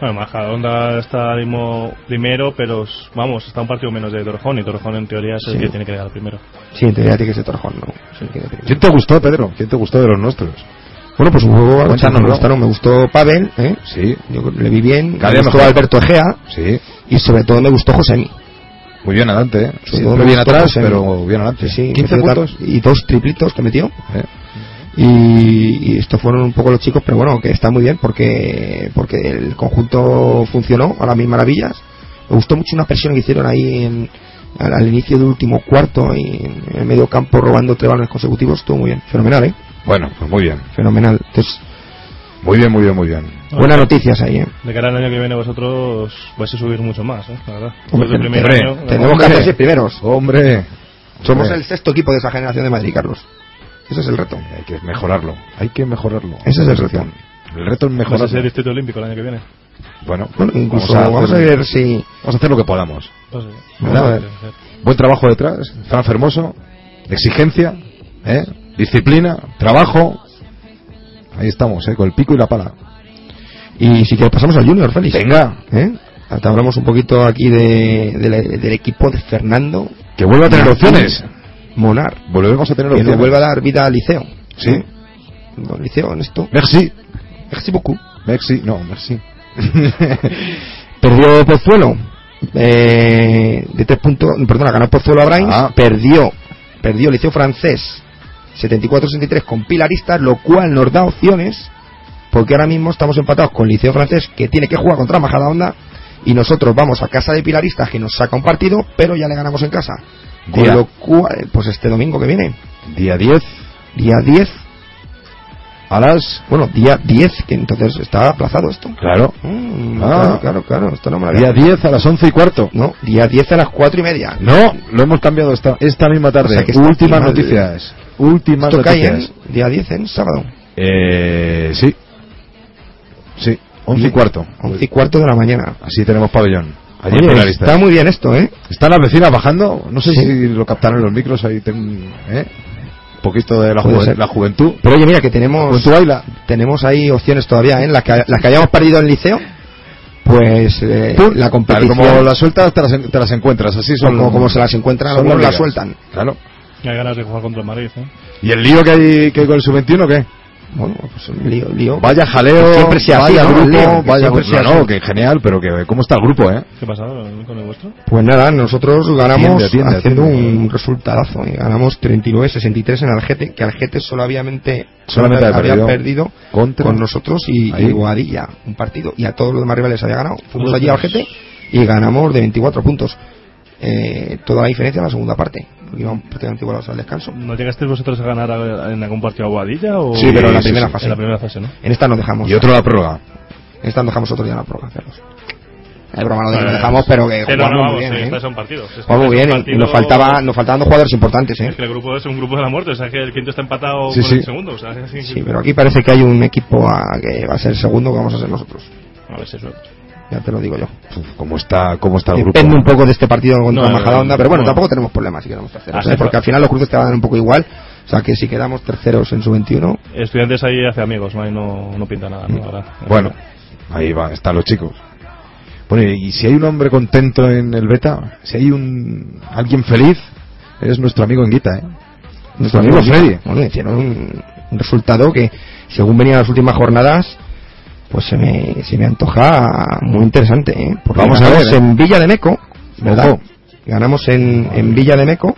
[SPEAKER 4] Bueno, Majadahonda está ahora mismo primero, pero s- vamos, está un partido menos de Torrejón y Torrejón en teoría es el
[SPEAKER 3] Sí.
[SPEAKER 4] que tiene que llegar primero.
[SPEAKER 3] Sí, en teoría tiene que ser Torjón, ¿no? Sí, tiene que ser.
[SPEAKER 2] ¿Quién te gustó, Pedro? ¿Quién te gustó de los nuestros?
[SPEAKER 3] Bueno, pues un juego al que
[SPEAKER 2] Cuéntanoslo.
[SPEAKER 3] me gustaron. Me gustó Pavel, ¿eh?
[SPEAKER 2] Sí,
[SPEAKER 3] Yo le vi bien,
[SPEAKER 2] Cada
[SPEAKER 3] me
[SPEAKER 2] día
[SPEAKER 3] gustó
[SPEAKER 2] mejor.
[SPEAKER 3] Alberto Egea
[SPEAKER 2] sí.
[SPEAKER 3] y sobre todo me gustó Josemi.
[SPEAKER 2] Muy bien adelante, ¿eh?
[SPEAKER 3] Sí,
[SPEAKER 2] Siempre
[SPEAKER 3] me
[SPEAKER 2] bien
[SPEAKER 3] gustó
[SPEAKER 2] atrás,
[SPEAKER 3] Josemi.
[SPEAKER 2] pero bien adelante.
[SPEAKER 3] Sí,
[SPEAKER 2] 15
[SPEAKER 3] metió
[SPEAKER 2] puntos.
[SPEAKER 3] tar- y dos triplitos que metió.
[SPEAKER 2] ¿eh?
[SPEAKER 3] Y, y estos fueron un poco los chicos, pero bueno, que está muy bien porque porque el conjunto funcionó a las mil maravillas. Me gustó mucho una presión que hicieron ahí en, al, al inicio del último cuarto y en el medio campo robando tres balones consecutivos. Estuvo muy bien, fenomenal, ¿eh?
[SPEAKER 2] Bueno, pues muy bien.
[SPEAKER 3] Fenomenal. Entonces,
[SPEAKER 2] Muy bien, muy bien, muy bien.
[SPEAKER 3] buenas noticias ahí, ¿eh?
[SPEAKER 4] De cara al año que viene vosotros vais a subir mucho más, ¿eh? La verdad.
[SPEAKER 3] Hombre,
[SPEAKER 4] Vosotros el primer
[SPEAKER 2] hombre,
[SPEAKER 4] año-
[SPEAKER 3] Tenemos que
[SPEAKER 2] Hombre.
[SPEAKER 3] hacer seis primeros.
[SPEAKER 2] Hombre,
[SPEAKER 3] Somos
[SPEAKER 2] Hombre.
[SPEAKER 3] el sexto equipo de esa generación de Madrid, Carlos. Ese es el reto.
[SPEAKER 2] hay que mejorarlo. Hay que mejorarlo.
[SPEAKER 3] Ese es el reto.
[SPEAKER 2] El reto es
[SPEAKER 4] Vais a ser
[SPEAKER 2] mejorar.
[SPEAKER 4] distrito olímpico el año que viene.
[SPEAKER 2] Bueno,
[SPEAKER 3] Bueno, incluso
[SPEAKER 2] vamos, a hacer,
[SPEAKER 3] ver si.
[SPEAKER 2] vamos a hacer lo que podamos.
[SPEAKER 4] Pues, eh,
[SPEAKER 2] ¿Verdad?
[SPEAKER 4] vamos a ver, a ver.
[SPEAKER 2] Buen trabajo detrás, Fran Fermoso, exigencia, ¿eh? disciplina, trabajo. Ahí estamos, ¿eh? con el pico y la pala.
[SPEAKER 3] Y si quieres pasamos al Junior, Félix.
[SPEAKER 2] Venga.
[SPEAKER 3] ¿Eh? Hasta hablamos un poquito aquí de, de la- del equipo de Fernando.
[SPEAKER 2] Que vuelva a tener opciones.
[SPEAKER 3] Monar.
[SPEAKER 2] Volvemos a tener
[SPEAKER 3] Que le
[SPEAKER 2] opciones.
[SPEAKER 3] vuelva a dar vida al Liceo.
[SPEAKER 2] Sí.
[SPEAKER 3] ¿Eh? Don Liceo en esto.
[SPEAKER 2] Merci.
[SPEAKER 3] Merci beaucoup.
[SPEAKER 2] Merci. No, merci.
[SPEAKER 3] perdió Pozuelo eh, de tres puntos perdona ganó Pozuelo a Brains
[SPEAKER 2] Ah.
[SPEAKER 3] perdió perdió Liceo Francés 74-63 con Pilaristas lo cual nos da opciones porque ahora mismo estamos empatados con Liceo Francés que tiene que jugar contra Majadahonda y nosotros vamos a casa de Pilaristas que nos saca un partido pero ya le ganamos en casa con
[SPEAKER 2] Día.
[SPEAKER 3] lo cual pues este domingo que viene
[SPEAKER 2] Día 10
[SPEAKER 3] día 10
[SPEAKER 2] a las...
[SPEAKER 3] bueno día 10 que entonces está aplazado esto
[SPEAKER 2] Claro.
[SPEAKER 3] Mm,
[SPEAKER 2] Ah.
[SPEAKER 3] claro claro claro esto no me lo había
[SPEAKER 2] Día 10 a las 11 y cuarto.
[SPEAKER 3] no, día 10 a las 4 y media.
[SPEAKER 2] No, lo hemos cambiado esta, esta misma tarde.
[SPEAKER 3] O sea que está
[SPEAKER 2] últimas
[SPEAKER 3] final de-
[SPEAKER 2] noticias. Últimas
[SPEAKER 3] Esto cae
[SPEAKER 2] noticias.
[SPEAKER 3] en día 10, en sábado.
[SPEAKER 2] Eh, sí. Sí, 11 y cuarto.
[SPEAKER 3] 11 y cuarto de la mañana.
[SPEAKER 2] Así tenemos pabellón. Allí
[SPEAKER 3] Oye,
[SPEAKER 2] en Pilaristas.
[SPEAKER 3] está muy bien esto, ¿eh?
[SPEAKER 2] ¿Están las vecinas bajando? No sé
[SPEAKER 3] Sí.
[SPEAKER 2] si lo captaron los micros. Ahí ten, ¿eh? Un poquito de la,
[SPEAKER 3] Puede
[SPEAKER 2] juven-
[SPEAKER 3] ser.
[SPEAKER 2] la juventud.
[SPEAKER 3] Pero oye, mira, que tenemos
[SPEAKER 2] Juventud Pues baila.
[SPEAKER 3] tenemos ahí opciones todavía, ¿eh? Las que, las que hayamos perdido en liceo, pues eh,
[SPEAKER 2] Tú,
[SPEAKER 3] la competición,
[SPEAKER 2] tal Como las sueltas, te las, en- te las encuentras. Así son.
[SPEAKER 3] como, como se las encuentran,
[SPEAKER 2] son
[SPEAKER 3] algunos las
[SPEAKER 2] ligas.
[SPEAKER 3] sueltan.
[SPEAKER 2] Claro.
[SPEAKER 4] Hay ganas de jugar contra el Madrid, ¿eh?
[SPEAKER 2] ¿Y el lío que hay, que hay con el sub-21 qué?
[SPEAKER 3] Bueno, pues un lío, lío.
[SPEAKER 2] Vaya jaleo,
[SPEAKER 3] Pues Siempre sea así,
[SPEAKER 2] vaya
[SPEAKER 3] ¿no?
[SPEAKER 2] grupo,
[SPEAKER 3] El lío, que
[SPEAKER 2] vaya
[SPEAKER 3] siempre
[SPEAKER 2] grupo.
[SPEAKER 3] sea
[SPEAKER 2] No, no,
[SPEAKER 3] así.
[SPEAKER 2] que genial, pero que cómo está el grupo, ¿eh?
[SPEAKER 4] ¿Qué pasa con el vuestro?
[SPEAKER 3] Pues nada, nosotros ganamos
[SPEAKER 2] Atiende, atiende,
[SPEAKER 3] haciendo
[SPEAKER 2] atiende.
[SPEAKER 3] un resultadazo. ¿eh? Ganamos 39-63 en Algete, que Algete solamente,
[SPEAKER 2] Solamente había
[SPEAKER 3] había
[SPEAKER 2] perdido.
[SPEAKER 3] perdido
[SPEAKER 2] Contra.
[SPEAKER 3] con nosotros y,
[SPEAKER 2] Ahí.
[SPEAKER 3] y Boadilla un partido. Y a todos los demás rivales había ganado. Fuimos allí a
[SPEAKER 4] Ostras.
[SPEAKER 3] Algete y ganamos de 24 puntos. Eh, toda la diferencia en la segunda parte. Iban prácticamente igualados al descanso.
[SPEAKER 4] ¿No llegasteis vosotros a ganar a- en algún partido a Boadilla? O...
[SPEAKER 3] Sí, pero en la
[SPEAKER 2] sí,
[SPEAKER 3] primera
[SPEAKER 2] sí.
[SPEAKER 3] fase.
[SPEAKER 4] En la primera fase, ¿no?
[SPEAKER 3] En esta nos dejamos.
[SPEAKER 2] Y otro la prórroga.
[SPEAKER 3] En esta nos dejamos otro día en la prueba, Carlos. Es broma lo de que
[SPEAKER 4] Eh,
[SPEAKER 3] nos dejamos, pero que
[SPEAKER 4] Sí, no,
[SPEAKER 3] jugamos
[SPEAKER 4] no, vamos,
[SPEAKER 3] muy bien.
[SPEAKER 4] sí,
[SPEAKER 3] ¿eh?
[SPEAKER 4] estos son partidos. Es que
[SPEAKER 3] Jugamos muy
[SPEAKER 4] es
[SPEAKER 3] bien
[SPEAKER 4] un
[SPEAKER 3] y- y nos,
[SPEAKER 4] partido-
[SPEAKER 3] faltaba, nos faltaban dos jugadores importantes, ¿eh?
[SPEAKER 4] Es que el grupo es un grupo de la muerte, o sea que el quinto está empatado
[SPEAKER 2] Sí,
[SPEAKER 4] con
[SPEAKER 2] sí.
[SPEAKER 4] el segundo. O sea, es así.
[SPEAKER 3] Sí, pero aquí parece que hay un equipo a- que va a ser el segundo que vamos a ser nosotros.
[SPEAKER 4] A ver si es suerte.
[SPEAKER 3] Ya te lo digo yo.
[SPEAKER 2] Uf, ¿Cómo está, cómo está el grupo?
[SPEAKER 3] Depende un poco de este partido contra
[SPEAKER 4] No, no,
[SPEAKER 3] Majadahonda,
[SPEAKER 4] no,
[SPEAKER 3] pero bueno,
[SPEAKER 4] no.
[SPEAKER 3] tampoco tenemos problemas si quedamos terceros.
[SPEAKER 4] Ah,
[SPEAKER 3] ¿eh?
[SPEAKER 4] sí,
[SPEAKER 3] Porque
[SPEAKER 4] claro.
[SPEAKER 3] al final los cruces te van a dar un poco igual. O sea que si quedamos terceros en su 21,
[SPEAKER 4] Estudiantes ahí hace amigos, ¿no? Ahí no, no pinta nada, ¿no? Ahora.
[SPEAKER 2] Bueno, ahí va, están los chicos. Bueno, y si hay un hombre contento en el beta, si hay un alguien feliz, es nuestro amigo Enguita, ¿eh? Nuestro amigo Freddy.
[SPEAKER 3] bueno, hicieron un, un resultado que, según venían las últimas jornadas, pues se me, se me antoja muy interesante. ¿eh? Porque
[SPEAKER 2] Vamos a
[SPEAKER 3] ganamos
[SPEAKER 2] ver, ¿eh?
[SPEAKER 3] en Villa de Meco, ¿verdad?
[SPEAKER 2] Ojo.
[SPEAKER 3] Ganamos en, en Villa de Meco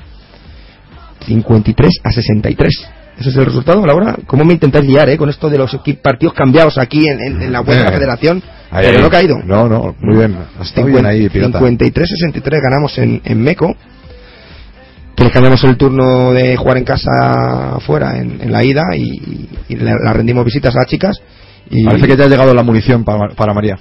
[SPEAKER 3] 53 a 63. Ese es el resultado, Laura. ¿Cómo me intentáis guiar eh, con esto de los equi- partidos cambiados aquí en, en- en la web de la
[SPEAKER 2] Eh,
[SPEAKER 3] federación?
[SPEAKER 2] Ahí,
[SPEAKER 3] pero
[SPEAKER 2] ahí.
[SPEAKER 3] no he caído.
[SPEAKER 2] No, no, muy bien. Has estado bien ahí, pirata.
[SPEAKER 3] 53-63 ganamos en, en Meco. Que les cambiamos el turno de jugar en casa fuera en, en la ida y, y le- la rendimos visitas a las chicas. Y
[SPEAKER 2] Parece que ya ha llegado la munición para, para María.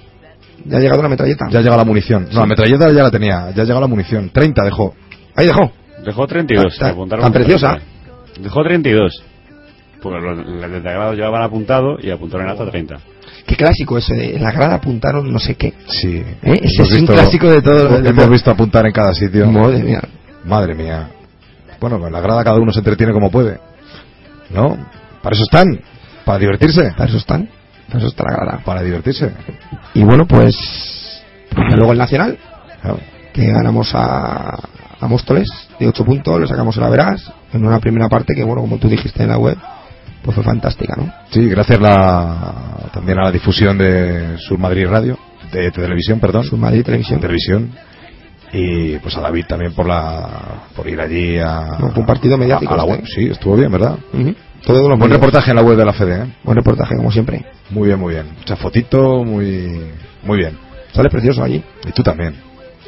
[SPEAKER 3] ya ha llegado la metralleta.
[SPEAKER 2] Ya ha llegado la munición. No,
[SPEAKER 3] Sí.
[SPEAKER 2] la metralleta ya la tenía. Ya ha llegado la munición. 30 dejó.
[SPEAKER 3] Ahí dejó.
[SPEAKER 5] Dejó 32.
[SPEAKER 3] Tan- tan-
[SPEAKER 5] apuntaron
[SPEAKER 3] tan
[SPEAKER 5] 32.
[SPEAKER 3] preciosa.
[SPEAKER 5] Dejó 32. Porque los, los desagradados llevaban apuntado y apuntaron hasta 30.
[SPEAKER 3] Qué clásico ese. de En la grada apuntaron no sé qué.
[SPEAKER 2] Sí.
[SPEAKER 3] Ese es un clásico de todo- de
[SPEAKER 2] Hemos
[SPEAKER 3] todo.
[SPEAKER 2] visto apuntar en cada sitio.
[SPEAKER 3] Madre mía.
[SPEAKER 2] Madre mía. Bueno, con la grada cada uno se entretiene como puede. ¿No? Para eso están. Para divertirse.
[SPEAKER 3] Para eso están. Para eso está la grada.
[SPEAKER 2] Para divertirse.
[SPEAKER 3] Y bueno, pues. Luego el Nacional.
[SPEAKER 2] Claro.
[SPEAKER 3] que ganamos a, a Móstoles de 8 puntos, le sacamos el Averas en una primera parte que, bueno, como tú dijiste en la web, pues fue fantástica, ¿no?
[SPEAKER 2] Sí, gracias la, también a la difusión de Sur Madrid Radio, de televisión, perdón.
[SPEAKER 3] Sur Madrid Televisión.
[SPEAKER 2] televisión. Y pues a David también por la por ir allí a.
[SPEAKER 3] No, fue un partido mediático
[SPEAKER 2] a- a la
[SPEAKER 3] este.
[SPEAKER 2] web. Sí, estuvo bien, ¿verdad?
[SPEAKER 3] Ujú. Todos los
[SPEAKER 2] Buen
[SPEAKER 3] medios.
[SPEAKER 2] reportaje en la web de la FEDE, ¿eh?
[SPEAKER 3] Buen reportaje, como siempre.
[SPEAKER 2] Muy bien, muy bien. Mucha fotito, muy, muy bien.
[SPEAKER 3] Sale precioso allí.
[SPEAKER 2] Y tú también.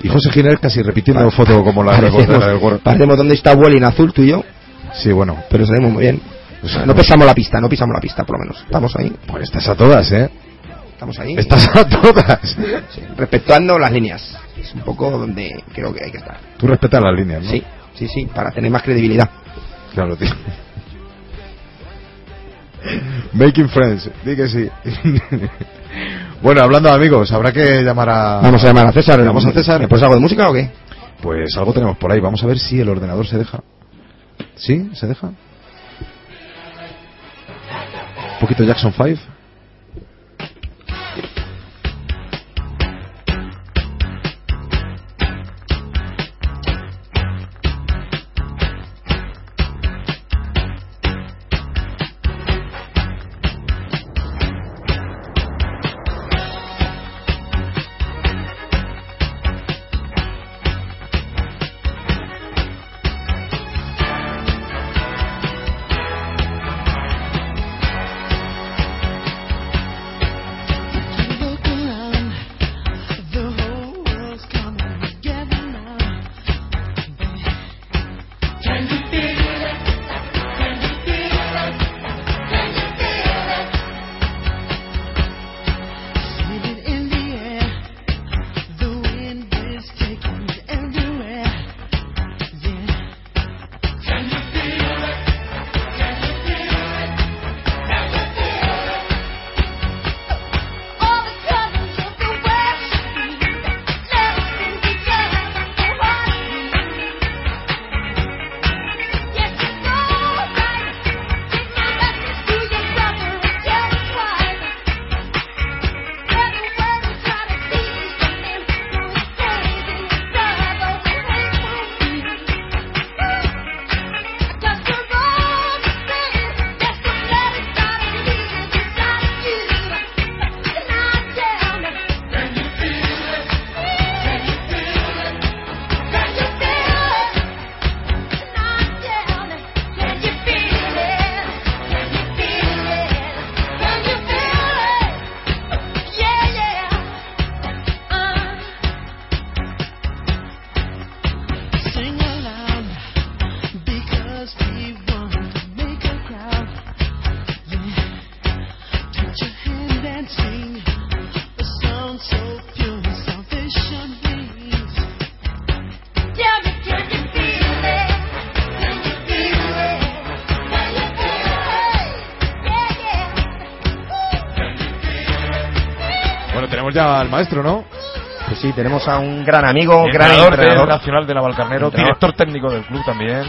[SPEAKER 2] Y José Giner casi repitiendo foto como la reportera del
[SPEAKER 3] Parecemos,
[SPEAKER 2] World.
[SPEAKER 3] parecemos donde está Wally en azul, tú y yo,
[SPEAKER 2] Sí, bueno.
[SPEAKER 3] pero salimos muy bien. No pisamos la pista, no pisamos la pista, por lo menos. Estamos ahí,
[SPEAKER 2] Pues estás a todas, ¿eh?
[SPEAKER 3] estamos ahí.
[SPEAKER 2] Estás a todas.
[SPEAKER 3] Sí, Respetando las líneas. Es un poco donde creo que hay que estar.
[SPEAKER 2] Tú respetas las líneas, ¿no?
[SPEAKER 3] Sí, sí, sí, para tener más credibilidad.
[SPEAKER 2] Claro, tío. Making friends, di que sí. bueno, hablando de amigos, habrá que llamar a.
[SPEAKER 3] Vamos a llamar a César.
[SPEAKER 2] Llamamos Ah. a César.
[SPEAKER 3] ¿Pues algo de música o qué?
[SPEAKER 2] Pues algo tenemos por ahí. Vamos a ver si el ordenador se deja. ¿Sí? ¿Se deja? Un poquito Jackson 5. tenemos ya al maestro, ¿no?
[SPEAKER 3] Pues sí, tenemos a un gran amigo, Oh, gran
[SPEAKER 10] Entrenador del
[SPEAKER 3] entrenador.
[SPEAKER 10] Nacional de Navalcarnero,
[SPEAKER 3] Entrenador.
[SPEAKER 10] director técnico del club también.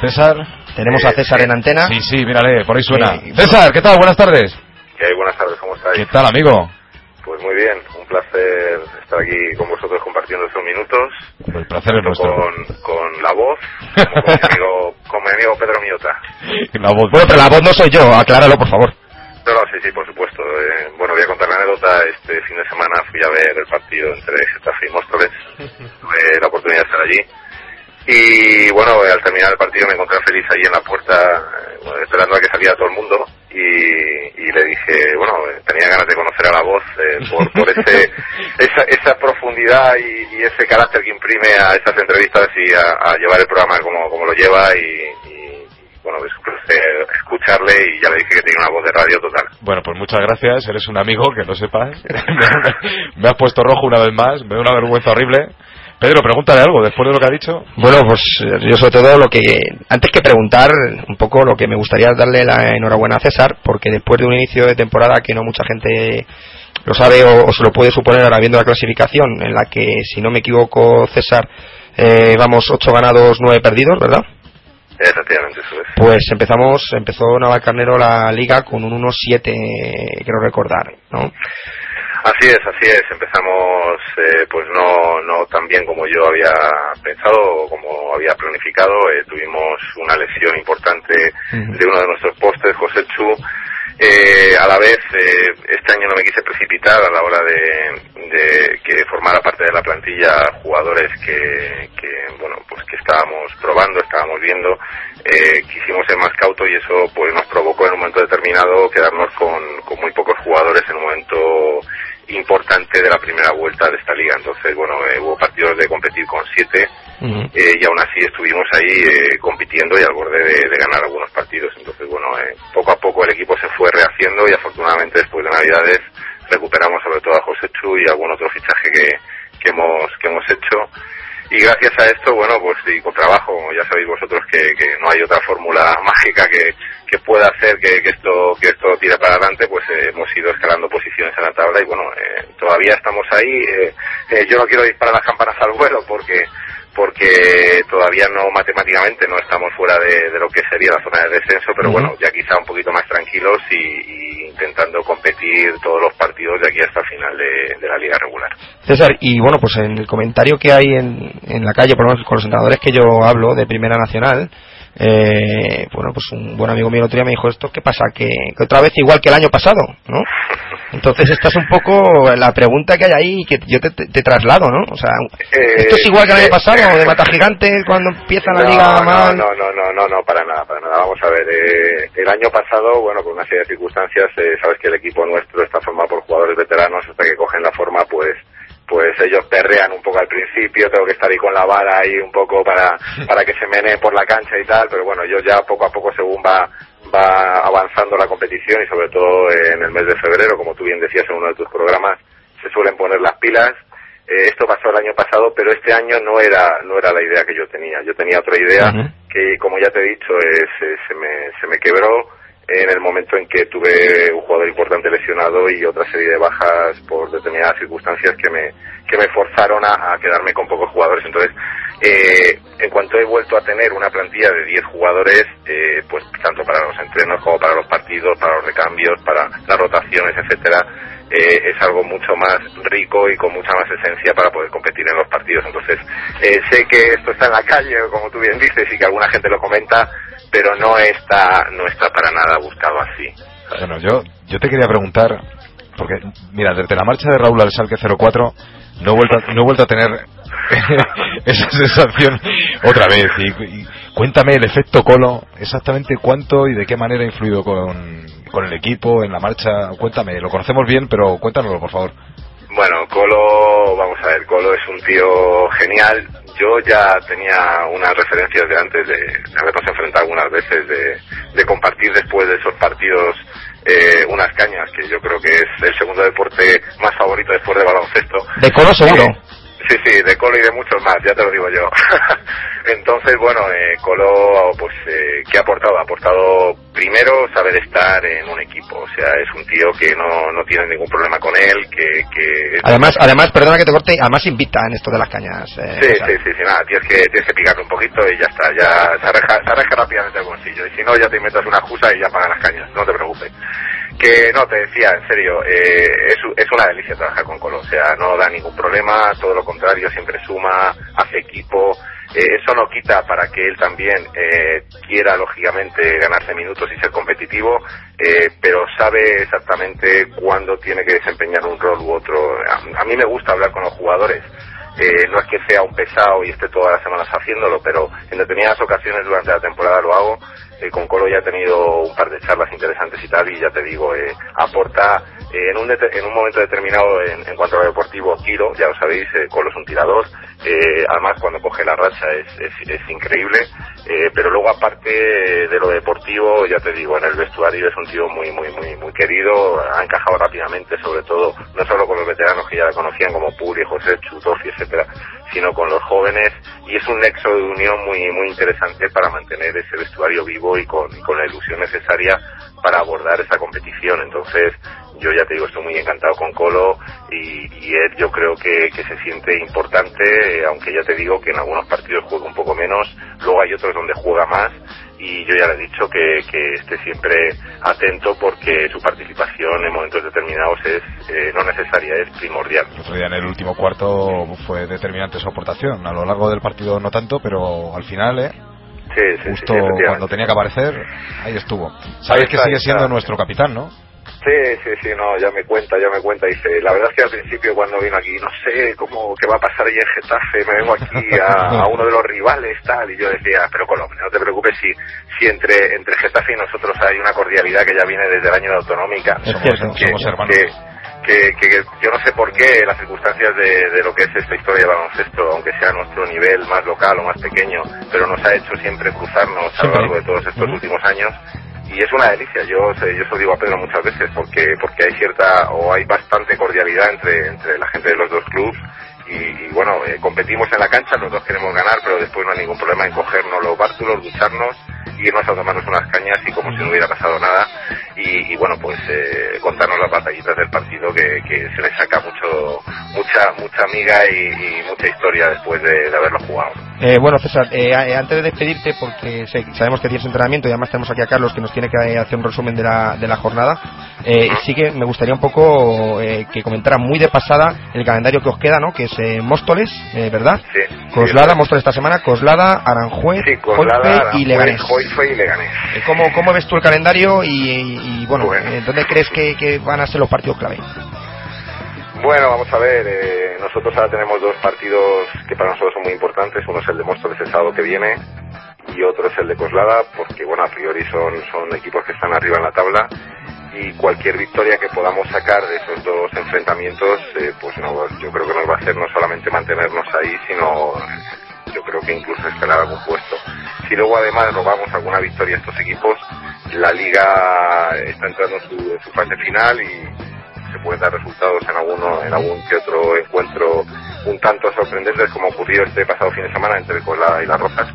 [SPEAKER 10] César.
[SPEAKER 3] Tenemos a César
[SPEAKER 2] Eh,
[SPEAKER 3] en antena.
[SPEAKER 10] Sí, sí, mírale, por ahí suena.
[SPEAKER 3] Eh,
[SPEAKER 10] César, ¿qué tal? Buenas tardes.
[SPEAKER 1] ¿Qué hay? Buenas tardes, ¿cómo estáis?
[SPEAKER 10] ¿Qué tal, amigo?
[SPEAKER 1] Pues muy bien, un placer estar aquí con vosotros compartiendo estos minutos.
[SPEAKER 10] El placer es nuestro.
[SPEAKER 1] Con, con la voz, como con, mi amigo, con mi amigo Pedro Miota.
[SPEAKER 10] La voz.
[SPEAKER 3] Bueno, pero la voz no soy yo, acláralo por favor.
[SPEAKER 1] No, no, sí, sí, por supuesto. eh, bueno, voy a contar la anécdota. Este fin de semana fui a ver el partido entre Getafe y Móstoles. Tuve la oportunidad de estar allí. Y bueno, eh, al terminar el partido me encontré a feliz allí en la puerta, eh, bueno, esperando a que saliera todo el mundo. Y, y le dije, bueno, eh, tenía ganas de conocer a la voz eh, por, por ese, esa, esa profundidad y, y ese carácter que imprime a estas entrevistas y a, a llevar el programa como, como lo lleva. Y, y, bueno, es un placer escucharle y ya le dije que tenía una voz de radio total.
[SPEAKER 10] Bueno, pues muchas gracias. Eres un amigo, que lo sepas. Me has puesto rojo una vez más. Me da una vergüenza horrible. Pedro, pregúntale algo después de lo que ha dicho.
[SPEAKER 3] Bueno, pues eh, yo sobre todo lo que, antes que preguntar, un poco lo que me gustaría es darle la enhorabuena a César, porque después de un inicio de temporada que no mucha gente lo sabe o, o se lo puede suponer ahora viendo la clasificación, en la que, si no me equivoco, César, eh, vamos ocho ganados, nueve perdidos, ¿verdad?
[SPEAKER 1] Efectivamente, eso es.
[SPEAKER 3] Pues empezamos, empezó Navalcarnero la liga con un 1-7, creo recordar, ¿no?
[SPEAKER 1] Así es, así es. Empezamos, eh, pues no, no tan bien como yo había pensado o como había planificado. Eh, tuvimos una lesión importante de uno de nuestros postes, José Chu. Eh, a la vez, eh, este año no me quise precipitar a la hora de, de que formara parte de la plantilla jugadores que, que, bueno, pues que estábamos probando, estábamos viendo. Eh, quisimos ser más cautos y eso pues nos provocó en un momento determinado quedarnos con, con muy pocos jugadores en un momento importante de la primera vuelta de esta liga. Entonces, bueno, eh, hubo partidos de competir con siete eh, y aún así estuvimos ahí eh, compitiendo y al borde de, de ganar algunos partidos. Entonces, bueno, eh, poco a poco el equipo se fue rehaciendo y afortunadamente después de Navidades recuperamos sobre todo a José Chu y algún otro fichaje que, que hemos que hemos hecho. Y gracias a esto, bueno, pues y con trabajo, como ya sabéis vosotros que, que no hay otra fórmula mágica que, que pueda hacer que, que esto que esto tire para adelante, pues eh, hemos ido escalando posiciones en la tabla y bueno, eh, todavía estamos ahí. eh, eh, yo no quiero disparar las campanas al vuelo porque porque todavía no matemáticamente no estamos fuera de, de lo que sería la zona de descenso, pero bueno, ya quizá un poquito más tranquilos y, y intentando competir todos los partidos de aquí hasta el final de- de la liga regular.
[SPEAKER 3] César, y bueno, pues en el comentario que hay en, en la calle, por lo menos con los entrenadores que yo hablo de Primera Nacional, eh, bueno, pues un buen amigo mío el otro día me dijo esto, ¿qué pasa? Que, que otra vez igual que el año pasado, ¿no? Entonces esta es un poco la pregunta que hay ahí y que yo te, te- te traslado, ¿no? O sea,
[SPEAKER 1] Eh,
[SPEAKER 3] ¿esto es igual que el año
[SPEAKER 1] eh,
[SPEAKER 3] pasado
[SPEAKER 1] eh,
[SPEAKER 3] de Mata Gigante cuando empieza la
[SPEAKER 1] no,
[SPEAKER 3] liga
[SPEAKER 1] no,
[SPEAKER 3] mal?
[SPEAKER 1] No, no, no, no, no, para nada, para nada. Vamos a ver, eh, el año pasado, bueno, por una serie de circunstancias, eh, sabes que el equipo nuestro está formado por jugadores veteranos hasta que cogen la forma, pues, pues ellos perrean un poco al principio, tengo que estar ahí con la vara ahí un poco para, para que se menee por la cancha y tal, pero bueno, yo ya poco a poco según va, va avanzando la competición y sobre todo eh, en el mes de febrero, como tú bien decías en uno de tus programas, se suelen poner las pilas. Eh, esto pasó el año pasado, pero este año no era no era la idea que yo tenía. Yo tenía otra idea que, como ya te he dicho, eh, se, se me, se me quebró en el momento en que tuve un jugador importante lesionado y otra serie de bajas por determinadas circunstancias que me, que me forzaron a, a quedarme con pocos jugadores. Entonces, eh, en cuanto he vuelto a tener una plantilla de 10 jugadores, eh, pues tanto para los entrenos como para los partidos, para los recambios, para las rotaciones, etcétera, eh, es algo mucho más rico y con mucha más esencia para poder competir en los partidos. Entonces, eh, sé que esto está en la calle, como tú bien dices, y que alguna gente lo comenta, pero no está, no está para nada buscado así.
[SPEAKER 10] Bueno, yo, yo te quería preguntar, porque, mira, desde la marcha de Raúl al Salque 04, no he vuelto, a- no he vuelto a tener esa sensación otra vez. Y, y cuéntame el efecto Colo, exactamente cuánto y de qué manera ha influido con, con el equipo, en la marcha. Cuéntame, lo conocemos bien, pero cuéntanoslo, por favor.
[SPEAKER 1] Bueno, Colo, vamos a ver, Colo es un tío genial. Yo ya tenía unas referencias de antes de, de habernos enfrentado algunas veces, de, de compartir después de esos partidos eh, unas cañas, que yo creo que es el segundo deporte más favorito después de baloncesto.
[SPEAKER 3] De Colo seguro.
[SPEAKER 1] Eh, Sí, sí, de Colo y de muchos más, ya te lo digo yo. Entonces, bueno, eh, Colo, pues, eh, ¿qué ha aportado? Ha aportado primero saber estar en un equipo. O sea, es un tío que no, no tiene ningún problema con él, que... que
[SPEAKER 3] Además, además, perdona que te corte, además invita en esto de las cañas. eh,
[SPEAKER 1] Sí,
[SPEAKER 3] César.
[SPEAKER 1] sí, sí, sí, nada, tienes que, tienes que picarle un poquito y ya está, ya se arreja, se arreja rápidamente el bolsillo. Y si no, ya te inventas una excusa y ya pagan las cañas, no te preocupes. Que no, te decía, en serio, eh, es, u- es una delicia trabajar con Colo, o sea, no da ningún problema, todo lo contrario, siempre suma, hace equipo. Eh, eso no quita para que él también eh, quiera, lógicamente, ganarse minutos y ser competitivo, eh, pero sabe exactamente cuándo tiene que desempeñar un rol u otro. A- a mí me gusta hablar con los jugadores. Eh, no es que sea un pesado y esté todas las semanas haciéndolo, pero en determinadas ocasiones durante la temporada lo hago. Eh, con Colo ya he tenido un par de charlas interesantes y tal, y ya te digo, eh, aporta eh, en, un dete- en un momento determinado en, en cuanto a lo deportivo, tiro, ya lo sabéis, eh, Colo es un tirador, eh, además cuando coge la racha es, es- es increíble, eh, pero luego aparte de lo deportivo, ya te digo, en el vestuario es un tío muy, muy, muy, muy querido, ha encajado rápidamente, sobre todo, no solo con los veteranos que ya le conocían como Puri, José, Chutofi, etcétera, sino con los jóvenes, y es un nexo de unión muy, muy interesante para mantener ese vestuario vivo y con, y con la ilusión necesaria para abordar esa competición. Entonces, yo ya te digo, estoy muy encantado con Colo y, y él yo creo que, que se siente importante, eh, aunque ya te digo que en algunos partidos juega un poco menos, luego hay otros donde juega más y yo ya le he dicho que, que esté siempre atento porque su participación en momentos determinados es eh, no necesaria, es primordial.
[SPEAKER 10] El otro día en el último cuarto fue determinante su aportación. A lo largo del partido no tanto, pero al final, eh,
[SPEAKER 1] Sí, sí, sí,
[SPEAKER 10] justo
[SPEAKER 1] sí, efectivamente.
[SPEAKER 10] cuando tenía que aparecer, ahí estuvo. Sabéis que
[SPEAKER 1] está,
[SPEAKER 10] sigue
[SPEAKER 1] ahí
[SPEAKER 10] siendo
[SPEAKER 1] está.
[SPEAKER 10] nuestro capitán, ¿no?
[SPEAKER 1] Sí, sí, sí, no, ya me cuenta, ya me cuenta. Dice, la verdad es que al principio cuando vino aquí, no sé cómo, qué va a pasar ahí en Getafe, me vengo aquí a, a uno de los rivales, tal, y yo decía, pero Colombia, no te preocupes si, si entre, entre Getafe y nosotros hay una cordialidad que ya viene desde el año de Autonómica.
[SPEAKER 10] Es cierto,
[SPEAKER 1] que,
[SPEAKER 10] somos hermanos.
[SPEAKER 1] que- que, que- que yo no sé por qué las circunstancias de, de lo que es esta historia de baloncesto, aunque sea nuestro nivel más local o más pequeño, pero nos ha hecho siempre cruzarnos a lo
[SPEAKER 10] Siempre.
[SPEAKER 1] largo de todos estos últimos años. Y es una delicia, yo se- yo se lo digo a Pedro muchas veces, porque porque hay cierta o hay bastante cordialidad entre, entre la gente de los dos clubes. Y, y bueno, eh, competimos en la cancha, los dos queremos ganar, pero después no hay ningún problema en cogernos los bártulos, ducharnos, irnos a tomarnos unas cañas y como si no hubiera pasado nada y, y, bueno pues eh, contarnos las batallitas del partido que, que se le saca mucho mucha mucha miga y, y mucha historia después de, de haberlo jugado
[SPEAKER 3] Eh, bueno, César, eh, a- eh, antes de despedirte, porque sé- sabemos que tienes entrenamiento y además tenemos aquí a Carlos que nos tiene que eh, hacer un resumen de la, de la jornada, eh, sí que me gustaría un poco eh, que comentara muy de pasada el calendario que os queda, ¿no? Que es eh, Móstoles, eh, ¿verdad?
[SPEAKER 1] sí
[SPEAKER 3] Coslada, Móstoles esta semana, Coslada, Aranjuez,
[SPEAKER 1] sí con la-
[SPEAKER 3] Coife
[SPEAKER 1] la-
[SPEAKER 3] y Leganés.
[SPEAKER 1] Coife y Leganés
[SPEAKER 3] Eh, ¿Cómo, ¿Cómo ves tú el calendario y, y- y, bueno, eh, dónde crees que, que van a ser los partidos clave?
[SPEAKER 1] Bueno, vamos a ver. eh, nosotros ahora tenemos dos partidos que para nosotros son muy importantes. Uno es el de Móstoles el sábado que viene y otro es el de Coslada, porque bueno, a priori son, son equipos que están arriba en la tabla y cualquier victoria que podamos sacar de esos dos enfrentamientos, eh, pues no, yo creo que nos va a hacer no solamente mantenernos ahí, sino yo creo que incluso escalar algún puesto. Si luego además robamos alguna victoria a estos equipos, la liga está entrando en su, en su fase final y se pueden dar resultados en alguno, en algún que otro encuentro un tanto sorprendentes como ocurrió este pasado fin de semana entre Colada y Las Rojas.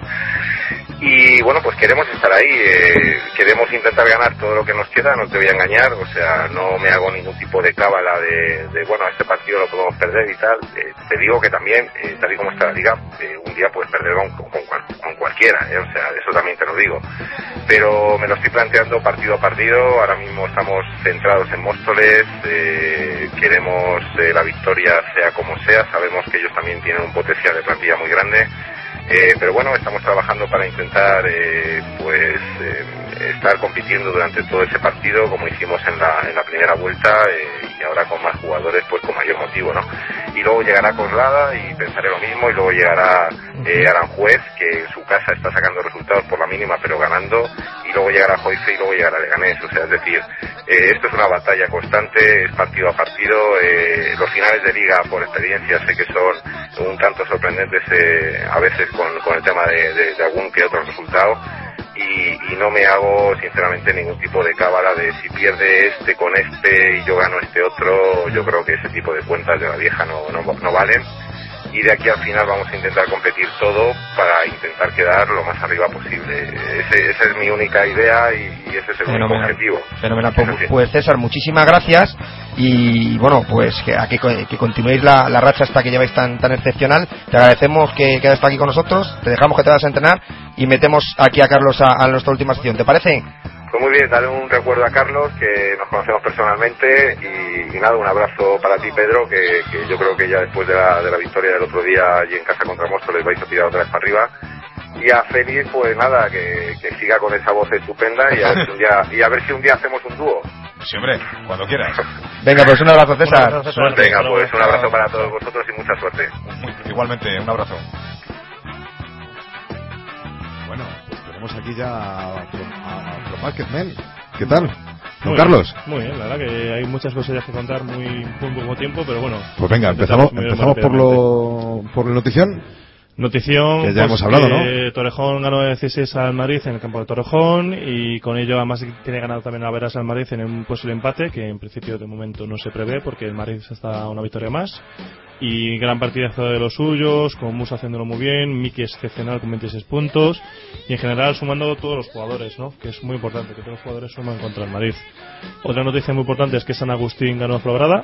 [SPEAKER 1] Y bueno, pues queremos estar ahí, eh, queremos intentar ganar todo lo que nos queda, no te voy a engañar, o sea, no me hago ningún tipo de cábala de, de, bueno, este partido lo podemos perder y tal. Eh, te digo que también, eh, tal y como está la liga, eh, un día puedes perder con, con cual- con cualquiera, eh, o sea, eso también te lo digo pero me lo estoy planteando partido a partido. Ahora mismo estamos centrados en Móstoles, eh, queremos eh, la victoria sea como sea, sabemos que ellos también tienen un potencial de plantilla muy grande, eh, pero bueno, estamos trabajando para intentar eh, pues eh, estar compitiendo durante todo ese partido como hicimos en la, en la primera vuelta eh, y ahora con más jugadores pues con mayor motivo, ¿no? Y luego llegará Coslada y pensaré lo mismo y luego llegará eh, Aranjuez que en su casa está sacando resultados por la mínima pero ganando y luego llegará Joyce y luego llegará Leganés, o sea, es decir, eh, esto es una batalla constante, es partido a partido, eh, los finales de liga por experiencia sé que son un tanto sorprendentes eh, a veces con, con el tema de, de- de algún que otro resultado y, y no me hago sinceramente ningún tipo de cábala de si pierde este con este y yo gano este otro, yo creo que ese tipo de cuentas de la vieja no, no, no valen y de aquí al final vamos a intentar competir todo para intentar quedar lo más arriba posible. Ese- esa es mi única idea y, y ese es el único
[SPEAKER 3] Fenomenal.
[SPEAKER 1] objetivo.
[SPEAKER 3] Fenomenal. Pues,
[SPEAKER 1] Eso sí.
[SPEAKER 3] pues, César, muchísimas gracias y bueno, pues que, a que, co- que continuéis la, la racha hasta que lleváis tan, tan excepcional. Te agradecemos que, que hayas estado aquí con nosotros, te dejamos que te vayas a entrenar y metemos aquí a Carlos a, a nuestra última sesión. ¿Te parece?
[SPEAKER 1] Pues muy bien, dale un recuerdo a Carlos, que nos conocemos personalmente, y, y nada, un abrazo para ti, Pedro, que, que yo creo que ya después de la, de la victoria del otro día allí en casa contra Móstoles vais a tirar otra vez para arriba. Y a Félix, pues nada, que, que siga con esa voz estupenda y a, ver si un día, y a ver si un día hacemos un dúo.
[SPEAKER 10] Sí, hombre, cuando quieras.
[SPEAKER 3] Venga, pues un abrazo, César.
[SPEAKER 10] Suerte.
[SPEAKER 1] Venga, pues un abrazo para todos vosotros y mucha suerte.
[SPEAKER 10] Igualmente, un abrazo.
[SPEAKER 2] Bueno, pues tenemos aquí ya a, a- a Pro Basket Men. ¿Qué tal? Don
[SPEAKER 4] Muy
[SPEAKER 2] Carlos.
[SPEAKER 4] bien, muy bien, la verdad que hay muchas cosillas que contar muy muy poco tiempo, pero bueno.
[SPEAKER 2] Pues venga, empezamos,
[SPEAKER 4] muy
[SPEAKER 2] empezamos por
[SPEAKER 4] rápidamente.
[SPEAKER 2] lo por la notición.
[SPEAKER 4] Notición.
[SPEAKER 2] Que ya hemos hablado,
[SPEAKER 4] ¿no? Torrejón ganó de 16 al Madrid en el campo de Torrejón y con ello además tiene ganado también a Veras al Madrid en un posible empate que en principio de momento no se prevé porque el Madrid está a una victoria más. Y gran partidazo de los suyos, con Musa haciéndolo muy bien, Miki excepcional con 26 puntos y en general sumando todos los jugadores, ¿no? Que es muy importante que todos los jugadores suman contra el Madrid. Otra noticia muy importante es que San Agustín ganó a Flobrada.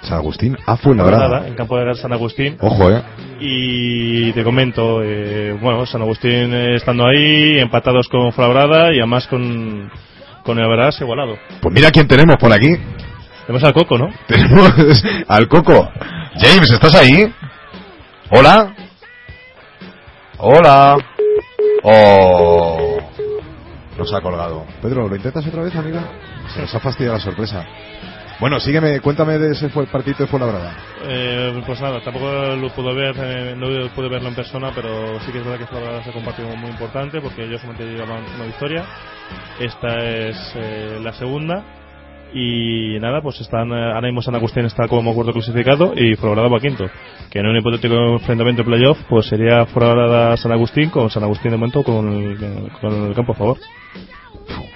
[SPEAKER 2] San Agustín. Ah, fue la verdad.
[SPEAKER 4] En campo de San Agustín.
[SPEAKER 2] Ojo, eh.
[SPEAKER 4] Y te comento, eh, bueno, San Agustín eh, estando ahí, empatados con Flabrada y además con, con el Verás igualado.
[SPEAKER 2] Pues mira quién tenemos por aquí.
[SPEAKER 4] Tenemos al Coco, ¿no?
[SPEAKER 2] Tenemos al Coco.
[SPEAKER 10] James, ¿estás ahí? Hola. Hola. Oh.
[SPEAKER 2] Nos ha colgado. Pedro, ¿lo intentas otra vez, amiga? Se nos ha fastidiado la sorpresa. Bueno, sígueme, cuéntame de ese fue el partido de Fuenlabrada.
[SPEAKER 4] Eh, pues nada, tampoco lo pude ver, eh, no pude verlo en persona, pero sí que es verdad que Flabrada se ha compartido muy importante porque ellos solamente llevaban una victoria. Esta es eh, la segunda. Y nada, pues están, eh, ahora mismo San Agustín está como cuarto clasificado y Flabrada va quinto. Que en un hipotético enfrentamiento en playoff, pues sería Flabrada San Agustín con San Agustín de momento con el, con el campo a favor.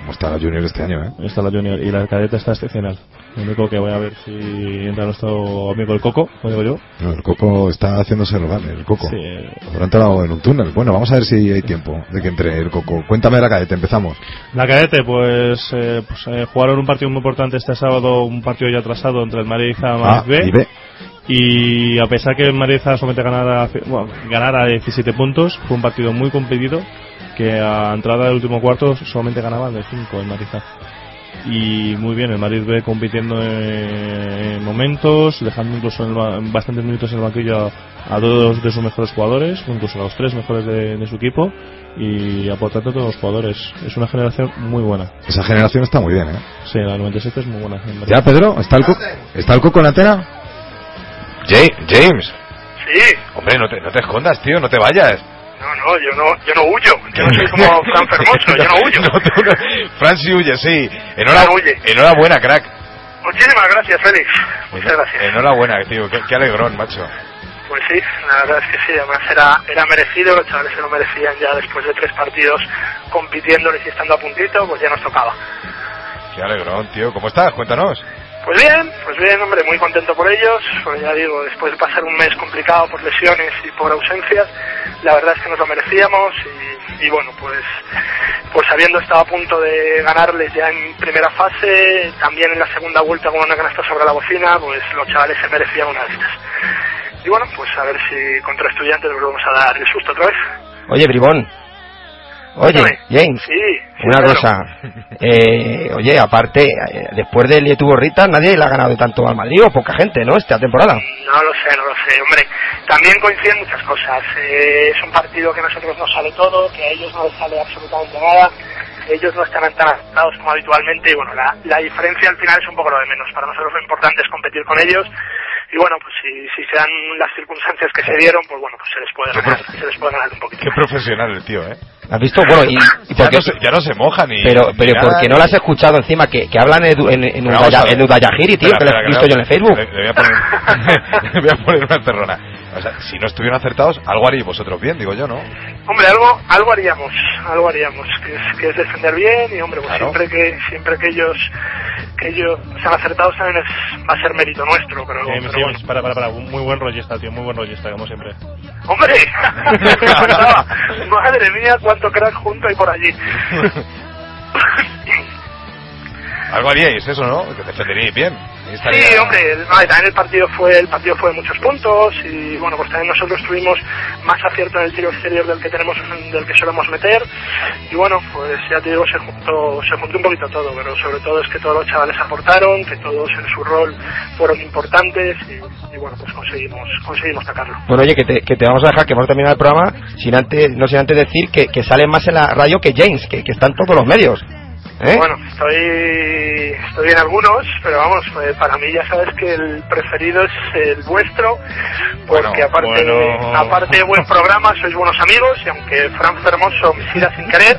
[SPEAKER 2] ¿Cómo está la Junior este año, eh?
[SPEAKER 4] Está la Junior y la cadeta está excepcional. Lo único que voy a ver si entra nuestro amigo el Coco, como digo yo.
[SPEAKER 2] No, el Coco está haciéndose rogar, el Coco.
[SPEAKER 4] Sí, eh,
[SPEAKER 2] Habrá entrado en un túnel. Bueno, vamos a ver si hay tiempo de que entre el Coco. Cuéntame de la cadete, empezamos.
[SPEAKER 4] La cadete, pues, eh, pues, eh, jugaron un partido muy importante este sábado, un partido ya atrasado entre el Madrid A
[SPEAKER 2] Ah,
[SPEAKER 4] Madrid B.
[SPEAKER 2] y B.
[SPEAKER 4] Y a pesar que el Madrid A solamente ganara, bueno, ganara 17 puntos, fue un partido muy competido que a entrada del último cuarto solamente ganaba de 5 el Madrid A. Y muy bien, el Madrid B compitiendo en, en momentos, dejando incluso en el ba- en bastantes minutos en el banquillo a, a dos de sus mejores jugadores, o incluso a los tres mejores de, de su equipo, y aportando a todos los jugadores. Es una generación muy buena.
[SPEAKER 2] Esa generación está muy bien, eh.
[SPEAKER 4] Sí, la 97 es muy buena. en verdad.
[SPEAKER 2] ¿Ya, Pedro? ¿Está el, co- ¿Está el Coco en la antena?
[SPEAKER 10] James. Sí. Hombre, no te, no te escondas, tío, no te vayas.
[SPEAKER 11] No, no, yo no, yo no huyo. Yo no soy como Fran Fermoso, yo no huyo.
[SPEAKER 10] No, tú no- Fran sí huye, sí. Enhorabuena, enhorabuena crack.
[SPEAKER 11] Muchísimas gracias, Félix.
[SPEAKER 10] Muchas gracias. Enhorabuena, tío, qué, qué alegrón, macho.
[SPEAKER 11] Pues sí, la verdad es que sí, además era, era merecido, los chavales se lo merecían ya después de tres partidos compitiéndoles y estando a puntito, pues ya nos tocaba.
[SPEAKER 10] Qué alegrón, tío. ¿Cómo estás? Cuéntanos.
[SPEAKER 11] Pues bien, pues bien, hombre, muy contento por ellos, pues ya digo, después de pasar un mes complicado por lesiones y por ausencias, la verdad es que nos lo merecíamos y, y bueno, pues, pues habiendo estado a punto de ganarles ya en primera fase, también en la segunda vuelta con una canasta sobre la bocina, pues los chavales se merecían una de estas. Y bueno, pues a ver si contra estudiantes volvemos a dar el susto otra vez.
[SPEAKER 3] Oye, Bribón. Oye,
[SPEAKER 11] Cuéntame.
[SPEAKER 3] James.
[SPEAKER 11] Sí, sí,
[SPEAKER 3] Una
[SPEAKER 11] claro.
[SPEAKER 3] cosa. Eh, oye, aparte, eh, después del tu borrita, nadie le ha ganado de tanto al Madrid o poca gente, ¿no? Esta temporada.
[SPEAKER 11] No lo sé, no lo sé, hombre. También coinciden muchas cosas. Eh, es un partido que a nosotros nos sale todo, que a ellos no les sale absolutamente nada. Ellos no están tan adaptados como habitualmente y bueno, la, la diferencia al final es un poco lo de menos. Para nosotros lo importante es competir con ellos y bueno, pues si, si se dan las circunstancias que se dieron, pues bueno, pues se les puede ganar, se les puede ganar un poquito.
[SPEAKER 10] Qué profesional el tío, ¿eh?
[SPEAKER 3] ¿Has visto? Bueno, y, y
[SPEAKER 10] Ya
[SPEAKER 3] por qué-
[SPEAKER 10] no, se, ya no se moja ni.
[SPEAKER 3] Pero,
[SPEAKER 10] ni
[SPEAKER 3] pero
[SPEAKER 10] nada,
[SPEAKER 3] ¿por qué no
[SPEAKER 10] ni-
[SPEAKER 3] lo has escuchado encima? Que, que hablan en, en, en,
[SPEAKER 10] Pero vamos a
[SPEAKER 3] Udaya-
[SPEAKER 10] ver.
[SPEAKER 3] en Udayagiri, tío,
[SPEAKER 10] Espera,
[SPEAKER 3] que lo
[SPEAKER 10] espera,
[SPEAKER 3] he visto yo en el Facebook.
[SPEAKER 10] Le, le voy a poner, le voy a poner una cerrona. O sea, si no estuvieron acertados, algo haréis vosotros bien, digo yo, ¿no?
[SPEAKER 7] Hombre, algo, algo haríamos, algo haríamos, que es, que es defender bien y hombre, pues
[SPEAKER 12] Claro.
[SPEAKER 7] siempre que siempre que ellos que ellos sean acertados también es- va a ser mérito nuestro, pero,
[SPEAKER 4] James,
[SPEAKER 7] pero bueno.
[SPEAKER 4] James, para, para, para. Muy buen rollista, tío. Muy buen rollista, como siempre.
[SPEAKER 7] ¡Hombre! Me encantaba. Madre mía, cuánto crack junto hay por allí.
[SPEAKER 12] Algo haríais eso, ¿no? Que defenderíais bien. Ahí estaría-
[SPEAKER 7] Sí, hombre, el- vale, también el partido fue el partido fue de muchos puntos y bueno, pues también nosotros tuvimos más acierto en el tiro exterior del que tenemos del que solemos meter y bueno, pues ya te digo, se juntó se juntó un poquito todo, pero sobre todo es que todos los chavales aportaron, que todos en su rol fueron importantes y, y bueno, pues conseguimos conseguimos sacarlo.
[SPEAKER 3] Bueno, oye, que te, que te vamos a dejar, que vamos a terminar el programa, sin antes, no sin antes decir que, que sale más en la radio que James, que, que está en todos los medios. ¿eh?
[SPEAKER 7] Bueno, estoy, estoy en algunos, pero vamos, eh, para mí ya sabes que el preferido es el vuestro, porque
[SPEAKER 12] Bueno,
[SPEAKER 7] aparte,
[SPEAKER 3] Oh.
[SPEAKER 12] bueno.
[SPEAKER 7] aparte de buen programa, sois buenos amigos, y aunque Fran Fermoso me siga sin querer,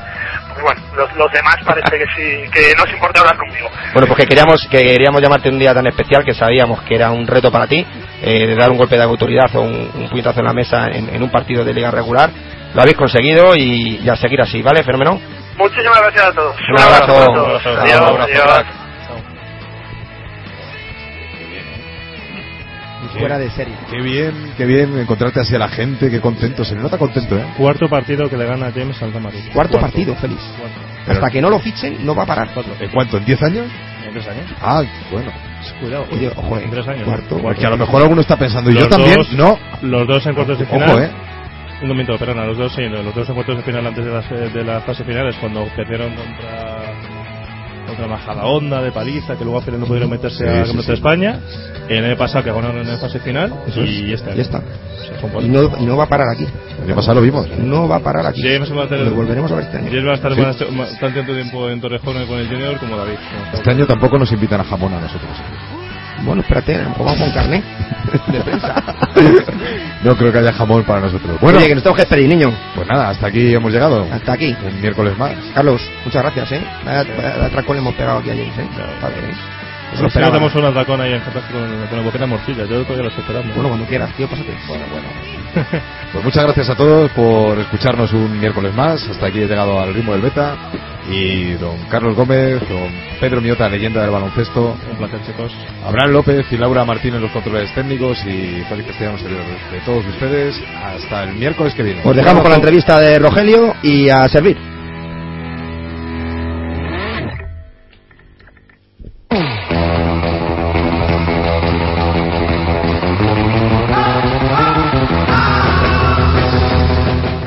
[SPEAKER 7] pues bueno, los, los demás parece que sí, que no os importa hablar conmigo.
[SPEAKER 3] Bueno, pues que queríamos, que queríamos llamarte un día tan especial que sabíamos que era un reto para ti, eh, de dar un golpe de autoridad o un, un puñetazo en la mesa en, en un partido de liga regular. Lo habéis conseguido y, y a seguir así, ¿vale? Fenómeno.
[SPEAKER 7] Muchísimas gracias a todos.
[SPEAKER 3] Un abrazo.
[SPEAKER 7] a todos.
[SPEAKER 3] Un abrazo.
[SPEAKER 7] Adiós,
[SPEAKER 3] Un abrazo.
[SPEAKER 7] adiós.
[SPEAKER 3] Fuera de serie.
[SPEAKER 13] Qué bien, qué bien encontrarte así a la gente, qué contento. Se le nota contento, ¿eh?
[SPEAKER 4] Cuarto partido que le gana James al Real Madrid.
[SPEAKER 3] Cuarto partido, feliz. Hasta que no lo fichen, no va a parar.
[SPEAKER 13] ¿En cuánto? ¿En 10 años?
[SPEAKER 4] Eh, En tres años.
[SPEAKER 13] Ah, bueno.
[SPEAKER 4] Cuidado.
[SPEAKER 3] Oye, ojo, eh,
[SPEAKER 4] En tres años.
[SPEAKER 13] Cuarto. Porque a lo mejor alguno está pensando, y yo
[SPEAKER 4] Los
[SPEAKER 13] también,
[SPEAKER 4] dos-
[SPEAKER 13] no.
[SPEAKER 4] Los dos en cuartos de
[SPEAKER 13] Ojo,
[SPEAKER 4] final.
[SPEAKER 13] eh.
[SPEAKER 4] Un momento, perdona, los dos, sí, los dos en cuartos de final antes de las, eh, de las fases finales, cuando perdieron contra contra Majadahonda de paliza, que luego al final no pudieron meterse
[SPEAKER 13] Sí,
[SPEAKER 4] a
[SPEAKER 13] sí,
[SPEAKER 4] Campeonato de
[SPEAKER 13] sí.
[SPEAKER 4] España. En el pasado que ganaron en la fase final
[SPEAKER 3] Eso
[SPEAKER 4] y
[SPEAKER 3] es.
[SPEAKER 4] este
[SPEAKER 3] Ya
[SPEAKER 4] año.
[SPEAKER 3] está.
[SPEAKER 4] O sea, son
[SPEAKER 3] Y
[SPEAKER 4] cuatro.
[SPEAKER 3] no, y no va a parar aquí.
[SPEAKER 13] El año pasado lo vimos.
[SPEAKER 3] No va a parar aquí.
[SPEAKER 4] James va a tener-
[SPEAKER 3] Lo volveremos a ver este año.
[SPEAKER 4] James va a estar
[SPEAKER 13] Sí.
[SPEAKER 4] más- más- tanto tiempo en Torrejón con el Junior como David.
[SPEAKER 13] Este año tampoco nos invitan a jamón a nosotros.
[SPEAKER 3] Bueno, espérate, a lo mejor vamos con carnet de prensa.
[SPEAKER 13] No creo que haya jamón para nosotros. Bueno,
[SPEAKER 3] Oye, que nos tenemos que despedir, niño.
[SPEAKER 13] pues nada, hasta aquí hemos llegado.
[SPEAKER 3] Hasta aquí.
[SPEAKER 13] Un miércoles más.
[SPEAKER 3] Carlos, muchas gracias, ¿eh? Vaya, vaya atracón le hemos pegado aquí a James, ¿eh? Padre, ¿eh? No se lo
[SPEAKER 4] Nos
[SPEAKER 3] esperaba.
[SPEAKER 4] damos una tacón ahí en Getafe con, con el boquete morcilla. Yo todavía lo estoy esperando.
[SPEAKER 3] Bueno, cuando quieras, tío, pásate.
[SPEAKER 13] Bueno, bueno. Pues muchas gracias a todos por escucharnos un miércoles más. Hasta aquí he llegado al ritmo del beta. Y don Carlos Gómez, don Pedro Miota, leyenda del baloncesto,
[SPEAKER 4] Un placer, chicos.
[SPEAKER 13] Abraham López y Laura Martínez, los controles técnicos, y Félix Castellanos, servidor de todos ustedes. Hasta el miércoles que viene.
[SPEAKER 3] Os dejamos con la entrevista de Rogelio y a servir.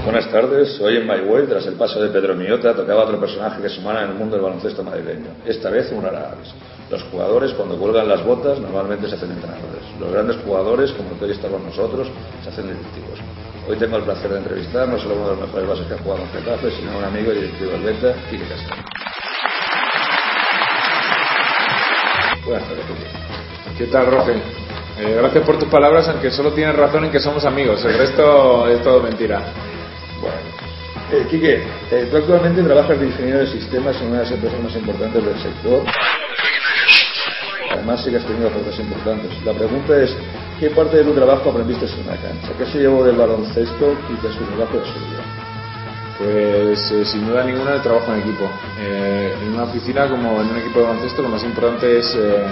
[SPEAKER 5] Buenas tardes, hoy en My Way, tras el paso de Pedro Miota, tocaba otro personaje que se humana en el mundo del baloncesto madrileño. Esta vez un Araves. Los jugadores, cuando cuelgan las botas, normalmente se hacen entrenadores. Los grandes jugadores, como el que hoy está con nosotros, se hacen directivos. Hoy tengo el placer de entrevistar no solo uno de los mejores bases que ha jugado en Getafe, sino a un amigo y directivo del Beta, Kike Castro. Buenas tardes, Kike.
[SPEAKER 2] ¿Qué tal, Roger? Eh, gracias por tus palabras, aunque solo tienes razón en que somos amigos. El resto es todo mentira.
[SPEAKER 5] Bueno. Eh, Quique, eh, tú actualmente trabajas de ingeniero de sistemas en una de las empresas más importantes del sector. Además, sí que has tenido ofertas importantes. La pregunta es, ¿qué parte de tu trabajo aprendiste en una cancha? ¿Qué se llevó del baloncesto y de su trabajo de su vida?
[SPEAKER 2] Pues eh, sin duda ninguna el trabajo en equipo. Eh, en una oficina como en un equipo de baloncesto lo más importante es eh,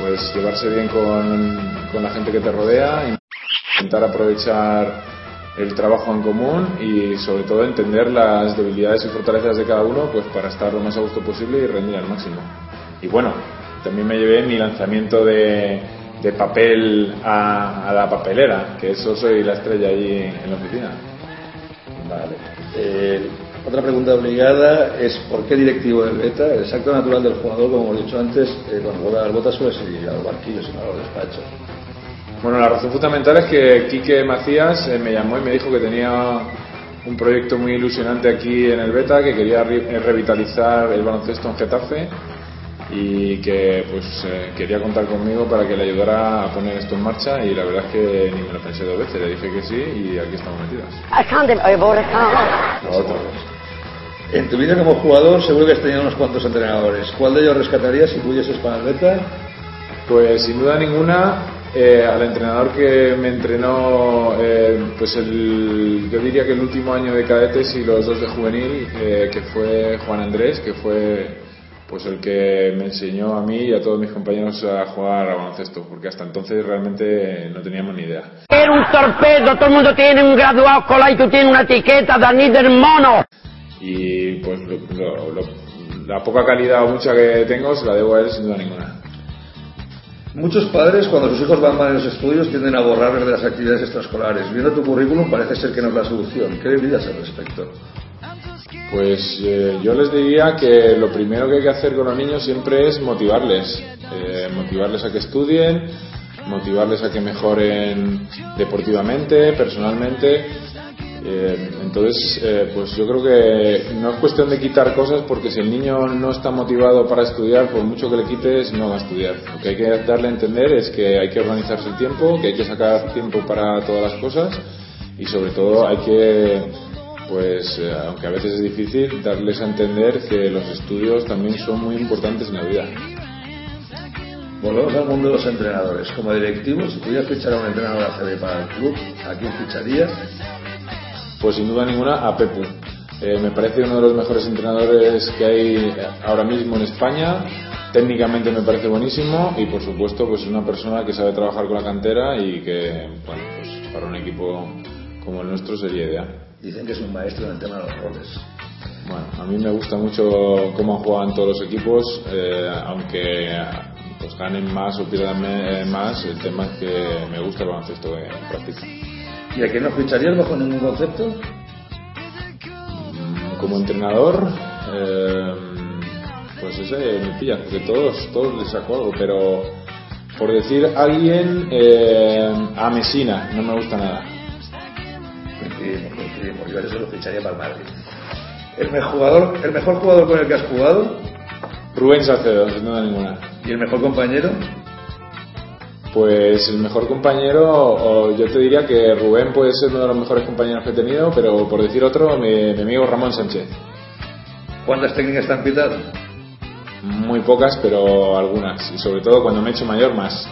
[SPEAKER 2] pues llevarse bien con, con la gente que te rodea, intentar aprovechar el trabajo en común y sobre todo entender las debilidades y fortalezas de cada uno pues para estar lo más a gusto posible y rendir al máximo. Y bueno, también me llevé mi lanzamiento de, de papel a, a la papelera, que eso soy la estrella allí en la oficina.
[SPEAKER 5] Vale. Eh, otra pregunta obligada es, ¿por qué directivo del Beta? El acto natural del jugador, como hemos dicho antes, eh, cuando vuelve a las botas suele ser ir al barquillo, sino a los despachos.
[SPEAKER 2] Bueno, la razón fundamental es que Quique Macías eh, me llamó y me dijo que tenía un proyecto muy ilusionante aquí en el Beta, que quería re- eh, revitalizar el baloncesto en Getafe y que pues eh, quería contar conmigo para que le ayudara a poner esto en marcha y la verdad es que ni me lo pensé dos veces, le dije que sí y aquí estamos metidos.
[SPEAKER 14] I can't have overcome.
[SPEAKER 2] Lo otro.
[SPEAKER 5] En tu vida como jugador seguro que has tenido unos cuantos entrenadores. ¿Cuál de ellos rescatarías si pudieses para el Beta?
[SPEAKER 2] Pues sin duda ninguna eh, al entrenador que me entrenó, eh, pues el, yo diría que el último año de cadetes y los dos de juvenil, eh, que fue Juan Andrés, que fue pues el que me enseñó a mí y a todos mis compañeros a jugar a baloncesto, porque hasta entonces realmente no teníamos ni idea.
[SPEAKER 9] Era un torpedo, todo el mundo tiene un graduado escolar y tú tienes una etiqueta de anís del mono.
[SPEAKER 2] Y pues lo- lo- lo- la poca calidad o mucha que tengo se la debo a él sin duda ninguna.
[SPEAKER 3] Muchos padres, cuando sus hijos van mal en los estudios, tienden a borrarles de las actividades extraescolares. Viendo tu currículum, parece ser que no es la solución. ¿Qué dirías al respecto?
[SPEAKER 2] Pues eh, yo les diría que lo primero que hay que hacer con los niños siempre es motivarles, Eh, motivarles a que estudien, motivarles a que mejoren deportivamente, personalmente. Eh, entonces, eh, pues yo creo que no es cuestión de quitar cosas porque si el niño no está motivado para estudiar, por mucho que le quites, no va a estudiar. Lo que hay que darle a entender es que hay que organizarse el tiempo, que hay que sacar tiempo para todas las cosas y sobre todo hay que pues eh, aunque a veces es difícil, darles a entender que los estudios también son muy importantes en la vida.
[SPEAKER 3] Volvemos al mundo de los entrenadores. Como directivo, si pudieras fichar a un entrenador ACB para el club, ¿a quién ficharías?
[SPEAKER 2] Pues sin duda ninguna a Pepu. Eh, me parece uno de los mejores entrenadores que hay ahora mismo en España. Técnicamente me parece buenísimo y por supuesto pues es una persona que sabe trabajar con la cantera y que bueno, pues, para un equipo como el nuestro sería ideal.
[SPEAKER 3] Dicen que es un maestro en el tema de los roles.
[SPEAKER 2] Bueno, a mí me gusta mucho cómo juegan todos los equipos, eh, aunque pues ganen más o pierdan me- eh, más, el tema es que me gusta el baloncesto en práctica.
[SPEAKER 3] ¿Y a quién no ficharías bajo ningún concepto?
[SPEAKER 2] Como entrenador, eh, pues ese me pilla, porque todos, todos les saco algo, pero por decir alguien, eh, a Mesina, no me gusta nada.
[SPEAKER 3] Coincidimos, coincidimos. Yo a eso lo ficharía para el Madrid. ¿El mejor, jugador, ¿El mejor jugador con el que has jugado?
[SPEAKER 2] Rubén Salcedo, sin duda ninguna.
[SPEAKER 3] ¿Y el mejor compañero?
[SPEAKER 2] Pues el mejor compañero, o yo te diría que Rubén puede ser uno de los mejores compañeros que he tenido, pero por decir otro, mi, mi amigo Ramón Sánchez.
[SPEAKER 3] ¿Cuántas técnicas te han pitado?
[SPEAKER 2] Muy pocas, pero algunas. Y sobre todo cuando me he hecho mayor, más.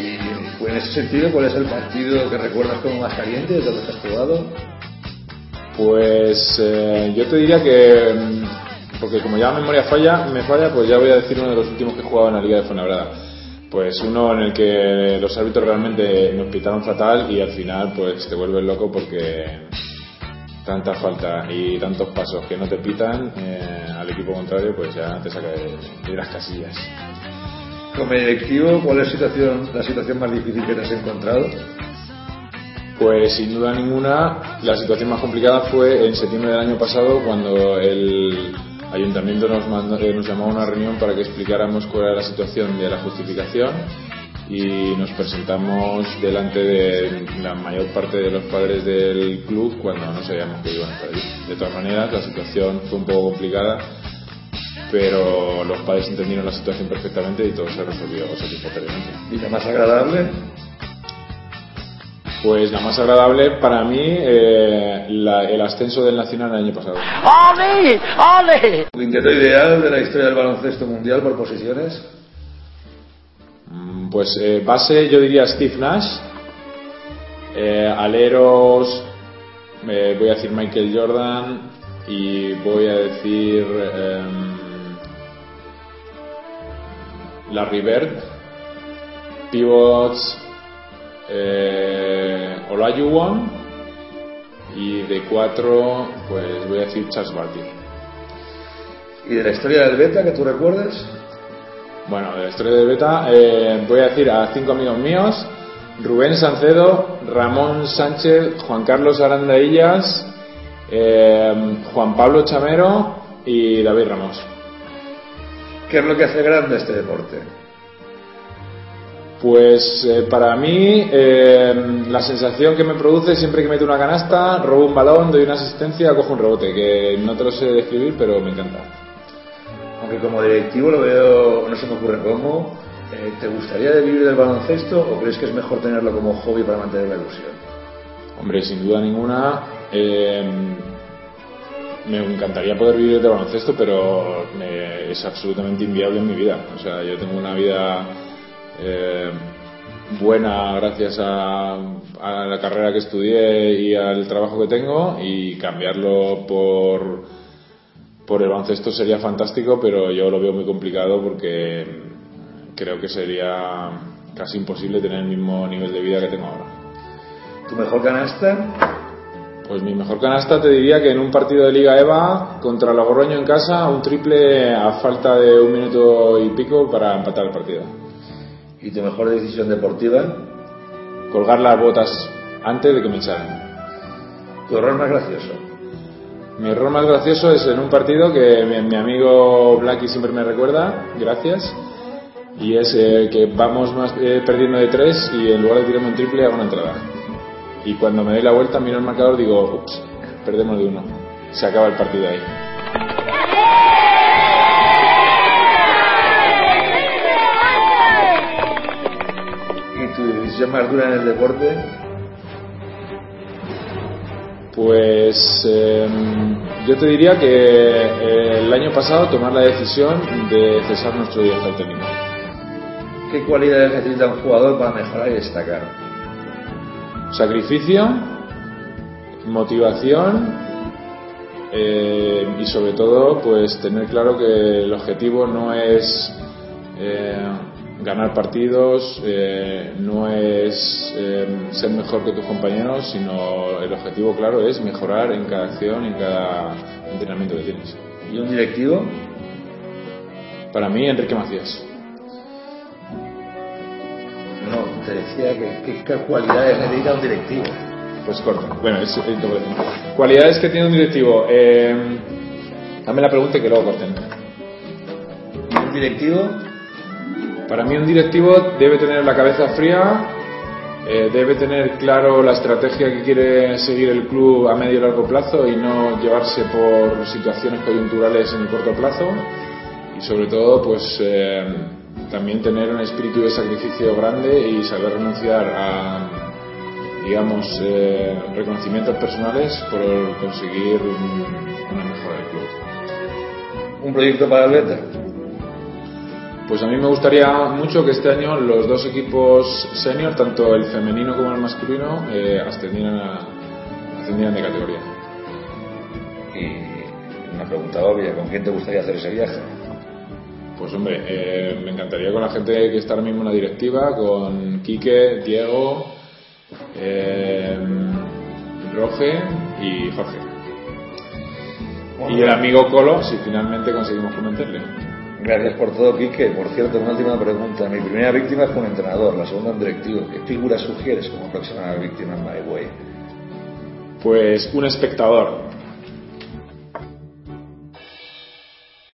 [SPEAKER 3] Y pues, en ese sentido, ¿cuál es el partido que recuerdas como más caliente de los que has jugado?
[SPEAKER 2] Pues eh, yo te diría que, mm, porque como ya la memoria falla, me falla, pues ya voy a decir uno de los últimos que he jugado en la Liga de Fuenlabrada. Pues uno en el que los árbitros realmente nos pitaron fatal y al final pues te vuelves loco porque tanta falta y tantos pasos que no te pitan eh, al equipo contrario pues ya te saca de, de las casillas.
[SPEAKER 3] Como directivo, ¿cuál es la situación, la situación más difícil que te has encontrado?
[SPEAKER 2] Pues sin duda ninguna, la situación más complicada fue en septiembre del año pasado cuando el ayuntamiento nos, mandó- eh, nos llamó a una reunión para que explicáramos cuál era la situación de la justificación y nos presentamos delante de la mayor parte de los padres del club cuando no sabíamos que iban a estar allí. De todas maneras, la situación fue un poco complicada, pero los padres entendieron la situación perfectamente y todo se resolvió satisfactoriamente.
[SPEAKER 3] ¿Y la más agradable?
[SPEAKER 2] Pues la más agradable para mí, eh, la- el ascenso del Nacional el año pasado.
[SPEAKER 9] ¡Ole! ¡Ole!
[SPEAKER 3] ¿Quinteto ideal de la historia del baloncesto mundial por posiciones?
[SPEAKER 2] Mm, Pues eh, base yo diría Steve Nash, eh, aleros eh, voy a decir Michael Jordan y voy a decir em, Larry Bird, pivots eh, Olajuwon y de cuatro pues voy a decir Charles Barkley.
[SPEAKER 3] ¿Y de la historia del beta que tú recuerdes?
[SPEAKER 2] Bueno, de la historia de Beta, eh, voy a decir a cinco amigos míos: Rubén Sancedo, Ramón Sánchez, Juan Carlos Arandaillas, eh, Juan Pablo Chamero y David Ramos.
[SPEAKER 3] ¿Qué es lo que hace grande este deporte?
[SPEAKER 2] Pues eh, para mí, eh, la sensación que me produce siempre que meto una canasta, robo un balón, doy una asistencia, cojo un rebote, que no te lo sé describir, pero me encanta.
[SPEAKER 3] Aunque como directivo lo veo, no se me ocurre cómo. eh, ¿Te gustaría de vivir del baloncesto o crees que es mejor tenerlo como hobby para mantener la ilusión?
[SPEAKER 2] Hombre, sin duda ninguna. eh, me encantaría poder vivir de baloncesto, pero eh, es absolutamente inviable en mi vida. O sea, yo tengo una vida eh, buena gracias a, a la carrera que estudié y al trabajo que tengo y cambiarlo por, por el baloncesto sería fantástico, pero yo lo veo muy complicado porque creo que sería casi imposible tener el mismo nivel de vida que tengo ahora.
[SPEAKER 7] ¿Tu mejor canasta?
[SPEAKER 2] Pues mi mejor canasta te diría que en un partido de Liga EVA contra Logroño en casa, un triple a falta de un minuto y pico para empatar el partido.
[SPEAKER 7] ¿Y tu mejor decisión deportiva?
[SPEAKER 2] Colgar las botas antes de que me echaran.
[SPEAKER 7] ¿Tu error más gracioso?
[SPEAKER 2] Mi error más gracioso es en un partido que mi, mi amigo Blacky siempre me recuerda, gracias, y es eh, que vamos más, eh, perdiendo de tres y en lugar de tirarme un triple hago una entrada. Y cuando me doy la vuelta, miro el marcador y digo, ups, perdemos de uno. Se acaba el partido ahí.
[SPEAKER 7] ¿Y tu decisión más dura en el deporte?
[SPEAKER 2] Pues eh, yo te diría que eh, el año pasado tomar la decisión de cesar nuestro director técnico.
[SPEAKER 7] ¿Qué cualidades necesita un jugador para mejorar y destacar?
[SPEAKER 2] Sacrificio, motivación eh, y sobre todo pues tener claro que el objetivo no es eh, ganar partidos, eh, no es eh, ser mejor que tus compañeros, sino el objetivo claro es mejorar en cada acción, en cada entrenamiento que tienes.
[SPEAKER 7] ¿Y un directivo?
[SPEAKER 2] Para mí, Enrique Macías.
[SPEAKER 7] No, te decía que, que- qué cualidades necesita un directivo.
[SPEAKER 2] Pues corto. Bueno, es, es doble. Cualidades que tiene un directivo. Eh, dame la pregunta y que luego corten.
[SPEAKER 7] ¿Un directivo?
[SPEAKER 2] Para mí un directivo debe tener la cabeza fría, eh, debe tener claro la estrategia que quiere seguir el club a medio y largo plazo y no llevarse por situaciones coyunturales en el corto plazo. Y sobre todo, pues eh, también tener un espíritu de sacrificio grande y saber renunciar a, digamos, eh, reconocimientos personales por conseguir un- una mejora del club.
[SPEAKER 7] ¿Un proyecto para el Betis?
[SPEAKER 2] Pues a mí me gustaría mucho que este año los dos equipos senior, tanto el femenino como el masculino, eh, ascendieran, a- ascendieran de categoría.
[SPEAKER 7] Y una pregunta obvia, ¿con quién te gustaría hacer ese viaje?
[SPEAKER 2] Pues hombre, eh, me encantaría con la gente que está ahora mismo en la directiva, con Quique, Diego, eh, Roge y Jorge. Y el amigo Colo, si finalmente conseguimos convencerle.
[SPEAKER 7] Gracias por todo, Quique. Por cierto, una última pregunta. Mi primera víctima fue un entrenador, la segunda un directivo. ¿Qué figura sugieres como próxima víctima en My Way?
[SPEAKER 2] Pues un espectador